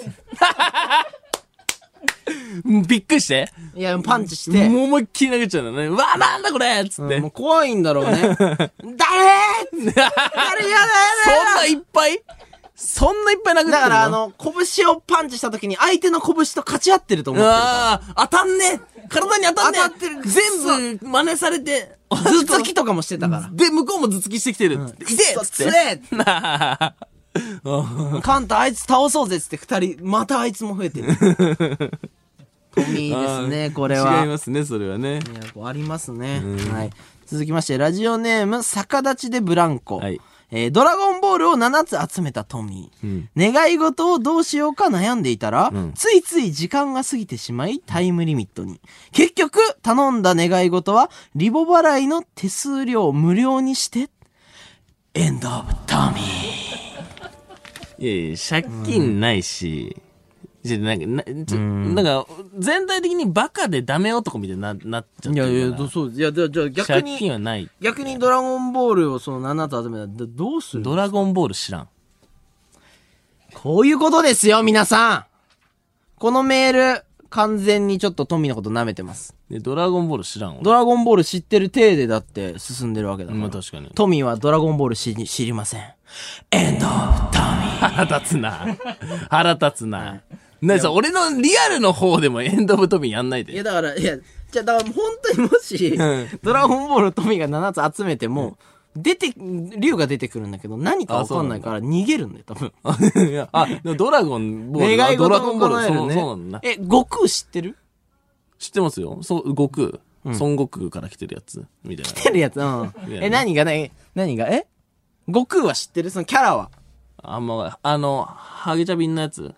うんびっくりして。いや、パンチして。もう思いっきり投げちゃうんだね。うわ、なんだこれっつって。うんもう怖いんだろう ね。誰誰やそだよんないっぱいそんないっぱい殴ってんのだから、あ、の、拳をパンチした時に相手の拳と勝ち合ってると思ってるから。ああ、当たんねえ体に当たんねえ当たってる全部真似されて、頭突きとかもしてたから。で、向こうも頭突きしてきてるっつって。痛えっつつって。 れえ カンタあいつ倒そうぜっつって二人、またあいつも増えて る。トミーですね、これは。違いますね、それはね。いやこうありますね。はい。続きまして、ラジオネーム、逆立ちでブランコ。はいえードラゴンボールを7つ集めたトミー。願い事をどうしようか悩んでいたら、ついつい時間が過ぎてしまい、タイムリミットに。結局、頼んだ願い事は、リボ払いの手数料を無料にして、エンドオブトミー。いやいや、借金ないし、じゃなんか、なちょなんか、全体的にバカでダメ男みたいにななっちゃってるから。そういや、じゃあ逆借金に、はない。逆にドラゴンボールをその7つ集めたら、どうするドラゴンボール知らん。こういうことですよ、皆さん。このメール、完全にちょっとトミーのこと舐めてます。でドラゴンボール知らん。ドラゴンボール知ってる体でだって進んでるわけだかまあら。確かに。トミーはドラゴンボール知り知りません。エンドオブトミー。腹立つな。腹立つな。なにさ、俺のリアルの方でもエンドオブトミーやんないいで。や、だから、いや、じゃあだから本当にもし、 ドラゴンボールトミーが7つ集めても、出て、竜が出てくるんだけど、何かわかんないから逃げるんだよ、多分。いや あ、でもドラゴンボール。願いドラ事ゴンボもール、叶そえるうね。そうなんだ。え、悟空知ってる知ってますよそう、悟空。孫悟空から来てるやつ。みたい知ってるやつ、うん。やえ、何が、何何が、え悟空は知ってるそのキャラは。な。あんま、あの、ハゲチャビンのやつ。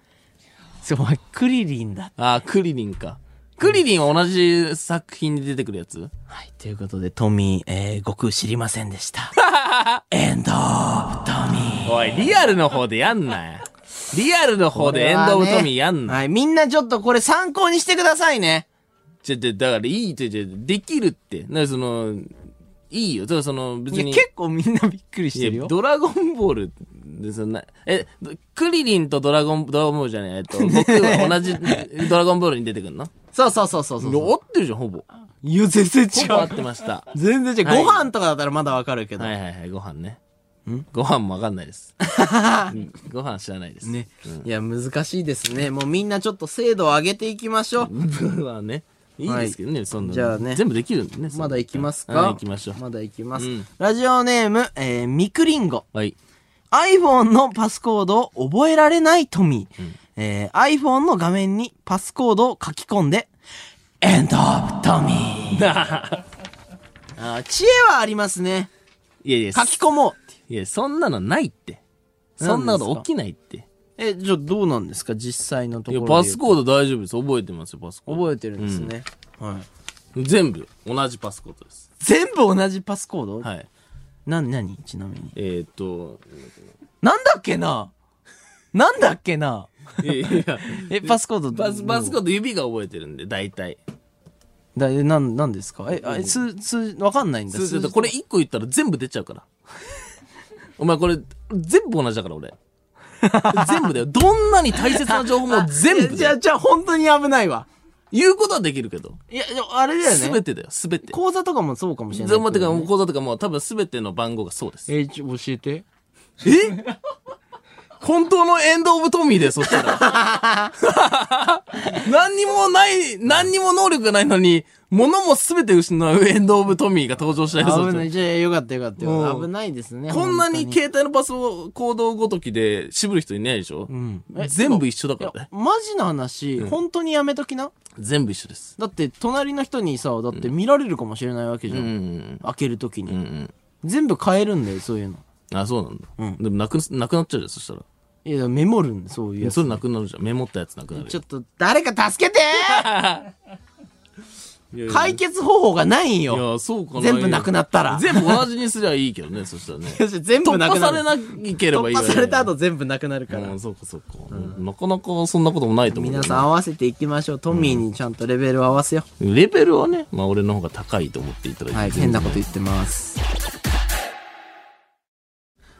すごい、クリリンだ。あ、クリリンか。クリリンは同じ作品に出てくるやつはい、ということで、トミー、えー、悟空知りませんでした。エンドオブトミー。おい、リアルの方でやんなよ。リアルの方 でエンドオブトミーやんな。はい、みんなちょっとこれ参考にしてくださいね。ちょ、ちょ、だからいいって、ちょ、できるって。な、その、いいよ。だからその、い別やに。結構みんなびっくりしいてやるよ。ドラゴンボールでそんな、え、どクリリンとドラゴン、ドラゴンボールじゃない、えっ と、悟空は同じドラゴンボールに出てくるのそうそうそうそうそういや合ってるじゃん、ほぼ。ほいや、全然違ぼ合っ。てました。全然違う。はいご飯とかだったらまだわかるけど。はいはいはい、ご飯ね。ご飯もわかんない です。うんご飯知らないです。 ね。いや、難しいですね。もうみんなちょっと精度を上げていきましょう。分はね。いいですけどね、そんな。じゃあね全部できるんでね。そんなまだ行きますかはい、行きましょう。まだ行きます。うんラジオネーム、えー、ミクリンゴ。はい。 iPhone のパスコードを覚えられないトミー。えー iPhone の画面にパスコードを書き込んで、エンドオブトミー。 あー知恵はありますね。いやいや、書き込もうっていう。いや、そんなのないって。そんなこと起きないって。え、じゃあどうなんですか実際のといこや、ろパスコーード大丈夫です。覚えてますよ、パスコード。覚えてるんですね。はい。全部、同じパスコードです。全部同じパスコードはい。な、なにちなみに。えー、っ と、なんだっけななんだっけないやいや、え、パスコードパス、パスコーード指が覚えてるんで、大体。ド。だ、え、なん、なんですかえ、あえ、数、数、わかんないんだ。そうすると、これ1個言ったら全部出ちゃうから。 お前これ、全部同じだから、俺。 全部だよ。どんなに大切な情報も全え部じだゃよあ、。じゃあ本当に危ないわ。言うことはできるけど。いや、でもあれだよね。すべてだよ、すべて。口座とかもそうかもしれないけ全ど部ね。てか、講座とかもう多分すべての番号がそうです。え、ちょ教えて。え本当のエンド・オブ・トミーで、そしたら。 何にもない、何にも能力がないのに、物も全て失うエンド・オブ・トミーが登場しちゃいそう危ない。じゃあ、よかったよかったよ。うん危ないですね。こんな本に当携帯のパスワード行動ごときで渋る人いないでしょ、んえ全部一緒だいかやらね。マジな話、本当にやめときな。全部一緒です。だって、隣の人にさ、だって見られるかもしれないわけじゃ。うんん。開けるときに、うん全部変えるんだよ、そういうの。うん。あ、そうなんだ。うんでもなくな、なくなっちゃうじゃん、そしたら。いや、メモるんだ、そういうやつ。それなくなるじゃん。メモったやつなくなるちょよ。っと、誰か助 けて解決方法がないんいよ。や、そうかな。全部なくなったら。全部同じにすりゃいいけどね、そしたらね。全突部な破くさなれる。なければいいわ突よ破された後全部なくなるからう。ん、そうかそうか、なかなかそんなこともないと思うけど皆ね、さん合わせていきましょう。トミーにちゃんとレベルを合わせよ。レベルはね、まあ俺の方が高いと思っていただいうて。はい、変なこと言ってます。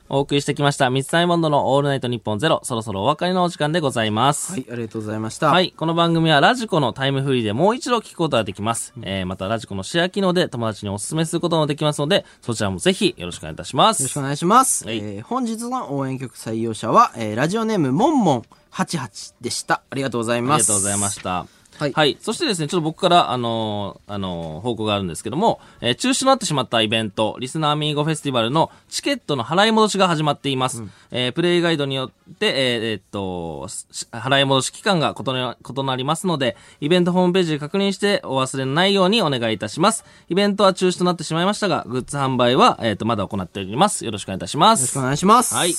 お送りしてきました、ミツサイモンドのオールナイトニッポンゼロ、そろそろお別れのお時間でございます。ははいい、ありがとうございました。この番組はラジコのタイムフリーでもう一度聞くことができます。えー、またラジコのシェア機能で友達にお勧めすることもできますので、そちらもぜひよろしくお願いいたします。よろしくお願いします。はいえー本日の応援曲採用者は、えーラジオネームもんもん88でした。ありがとうございあまりがす。とうございました。は。はいいそしてですね、ちょっと僕から、あのーあのー報告があるんですけども、えー中止となってしまったイベント、リスナーミーゴフェスティバルのチケットの払い戻しが始まっています。えープレイガイドによって、えーえーっと、し払い戻し期間が異な異なりますので、イベントホームページで確認してお忘れのないようにお願いいたします。イベントは中止となってしまいましたが、グッズ販売は、えーっと、まだ行っております。よろしくお願いいたしまよろしす。くお願いします。はい。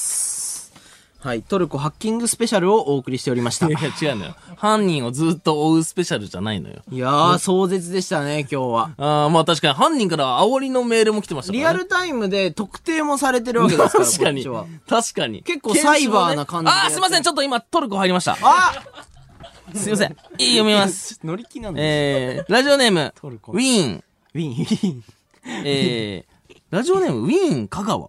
はい、トルコハッキングスペシャルをお送りしておりました。いいや、違うのよ。犯人をずっと追うスペシャルじゃないのよ。やー、壮絶でしたね、今日は。ああ、まあ確かに犯人から煽りのメールも来てましたから、ね。リアルタイムで特定もされてるわけですから、確かにこっちは。。確かに。結構サイバーな感じでああー、すいません。ちょっと今トルコ入りました。あすいません。いい読みます。 ちょっと乗り気なんでえー、ラジオネーム、トルコウィーン。ウィン、ウィン。えー、ラジオネーム、ウィーン香川。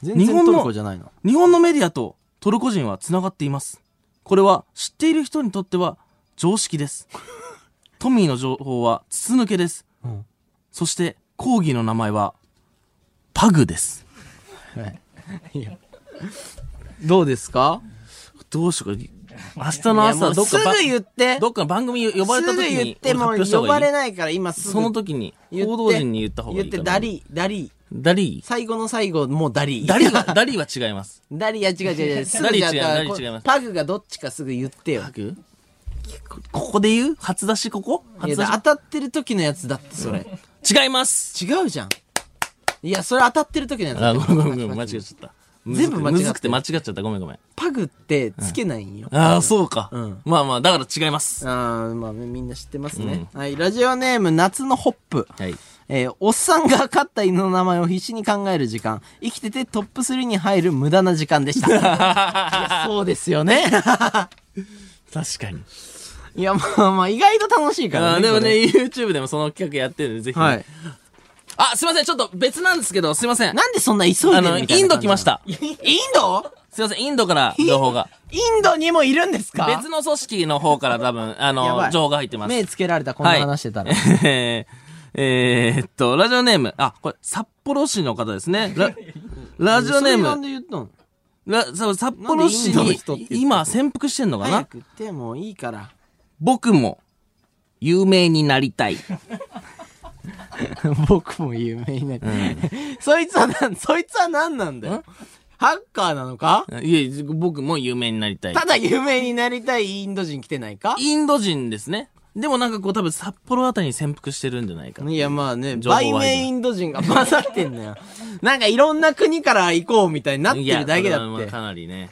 全日本然のトルコじゃないの。日本のメディアとトルコ人は繋がっています。これは知っている人にとっては常識 です。トミーの情報は筒抜けです。んそして、講義の名前は、パグです。どうですかどうし ようか。明日の朝、どっかばすぐ言って。どっかの番組呼ばれた時すぐ言にっ、俺て発も表した方呼がばいいれないから、今すぐ。その時に、言って報道陣に言った方がいいかな。言って、ダリー、ダリー。ダリー。最後の最後、もうダリー。ダリー は、ダリーは違います。ダリー、いや違う違う違う。すダぐリじーゃあ違うダリーこ違いますパグがどっちかすぐ言ってよパ。グこここで言う初出しここい初や、出当たってる時のやつだって、それ。し違います違うじゃん。いや、それ当たってる時のやつだあ、っごてめんごめんごめん、間 違っちゃった。全部間違ってむずくて間違っちゃった。ごめんごめん。パグってつけないんよ。ああ、そうかん。まあまあ、だから違います。あー、まあ、みんな知ってますね。はい、ラジオネーム、夏のホップ。はい。えーおっさんが飼った犬の名前を必死に考える時間。生きててトップ3に入る無駄な時間 でした。いやそうですよね。 確かに。いや、まあまあ、意外と楽しいからあね。ーでもね、これ、 YouTube でもその企画やってるんで、ぜひね。はい。あ、すいません、ちょっと別なんですけど、すいません。なんでそんな急いでるあみたいなの、感じインド来まし。た。インドすいません、インドから情報が。インドにもいるんですか別の組織の方から多分、あやばの、い情報が入ってます。目つけられた、こんな話してたら。えー えーっと、ラジオネーム、あ、これ、札幌市の方です ね。ララジオネなーんム、で言ったのラそう札幌市なんでインドの人ってに言ってる今潜伏してんのか早なく言ってもうい いから。僕も、有名になりたい。 僕も有名になる。そいつはなん、そいつは何なんだよ。ハッカーなのかいえ、僕も有名になりたい。 ただ有名になりたいインド人来てないかインド人ですね。でもなんかこう多分札幌あたりに潜伏してるんじゃないか。いや、まあね、情報は売名インド人が混ざってんのよ。 なんかいろんな国から行こうみたいになっていやるだけだこっれはまあて。かなりね。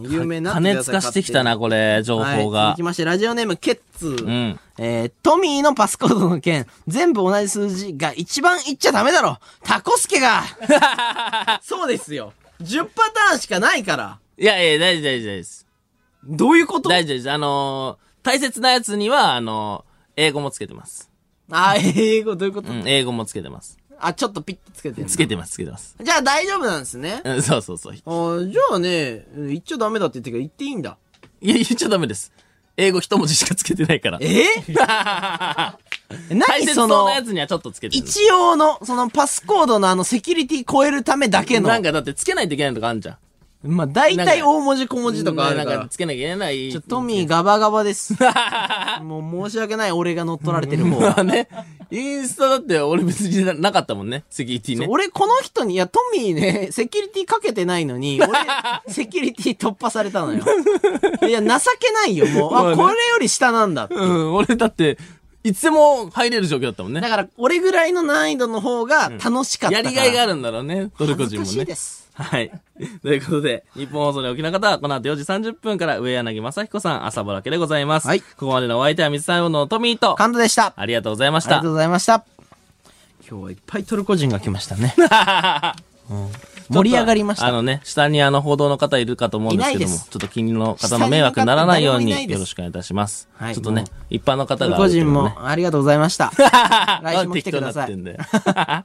有名になっ加て熱化してきたな、これ、情報れはい、が続き。まして、ラジオネーム、ケッツ。うん。えー、トミーのパスコードの件、全部同じ数字が一番言っちゃダメだろタコスケ がそうですよ !10 パターンしかないからいやいや、大丈夫大丈夫です。どういうこと大丈夫です。あのー大切なやつには、あのー英語もつけてます。あ、英語どういうこと、うん、英語もつけてます。あ、ちょっとピッてつけてんのつけてます、つけてます。じゃあ大丈夫なんですね。うん、そうそうそう。いあーじゃあね、うん言っちゃダメだって言ってるから言っていいんだ。や、言っちゃダメです。英語一文字しかつけてないから。 え大何切そそうのな、やつにはちょっとつけてる。一応の、そのパスコードのあのセキュリティ超えるためだけの。なんかだってつけないといけないとかあるじゃん。まあ大なん体か大文字小文字とかあるかなんらか。つけなきゃいけない。ちょ、トミーガバガバ です。もう申し訳ない、俺が乗っ取られてる方ま は。あね、インスタだって俺別にななかったもんね、セキュリティね。俺、この人に、いや、トミーね、セキュリティかけてないの に、俺、セキュリティ突破されたの よ。いや、情けないよ、もう。まあねあ、これより下なんだって。うん、俺だって、いつでも入れる状況だったもんねだ。から、俺ぐらいの難易度の方が楽しかったやから。りがいがある。るんだろうね、トルコ人恥ずかもしいねで。す。はい。 ということで、日本放送でお聞きの方は、この後4時30分から、上柳正彦さん、朝ぼらけでございます。はいここまでのお相手は、水沢のトミーと、カントでした。あありがとうございましりがたとう。ございました。今日はいっぱいトルコ人が来ました ね。盛り上がりましあた。のね、下にあの、報道の方いるかと思うんですけどいも、ないちですょっと近隣の方の迷惑にならないよう下に向かって誰に、もいないですよろしくお願いいたします。はいちょっとねも、一般のト方ルが、コ人も。ありがとうございました。来 週も来てください適当になってんだよ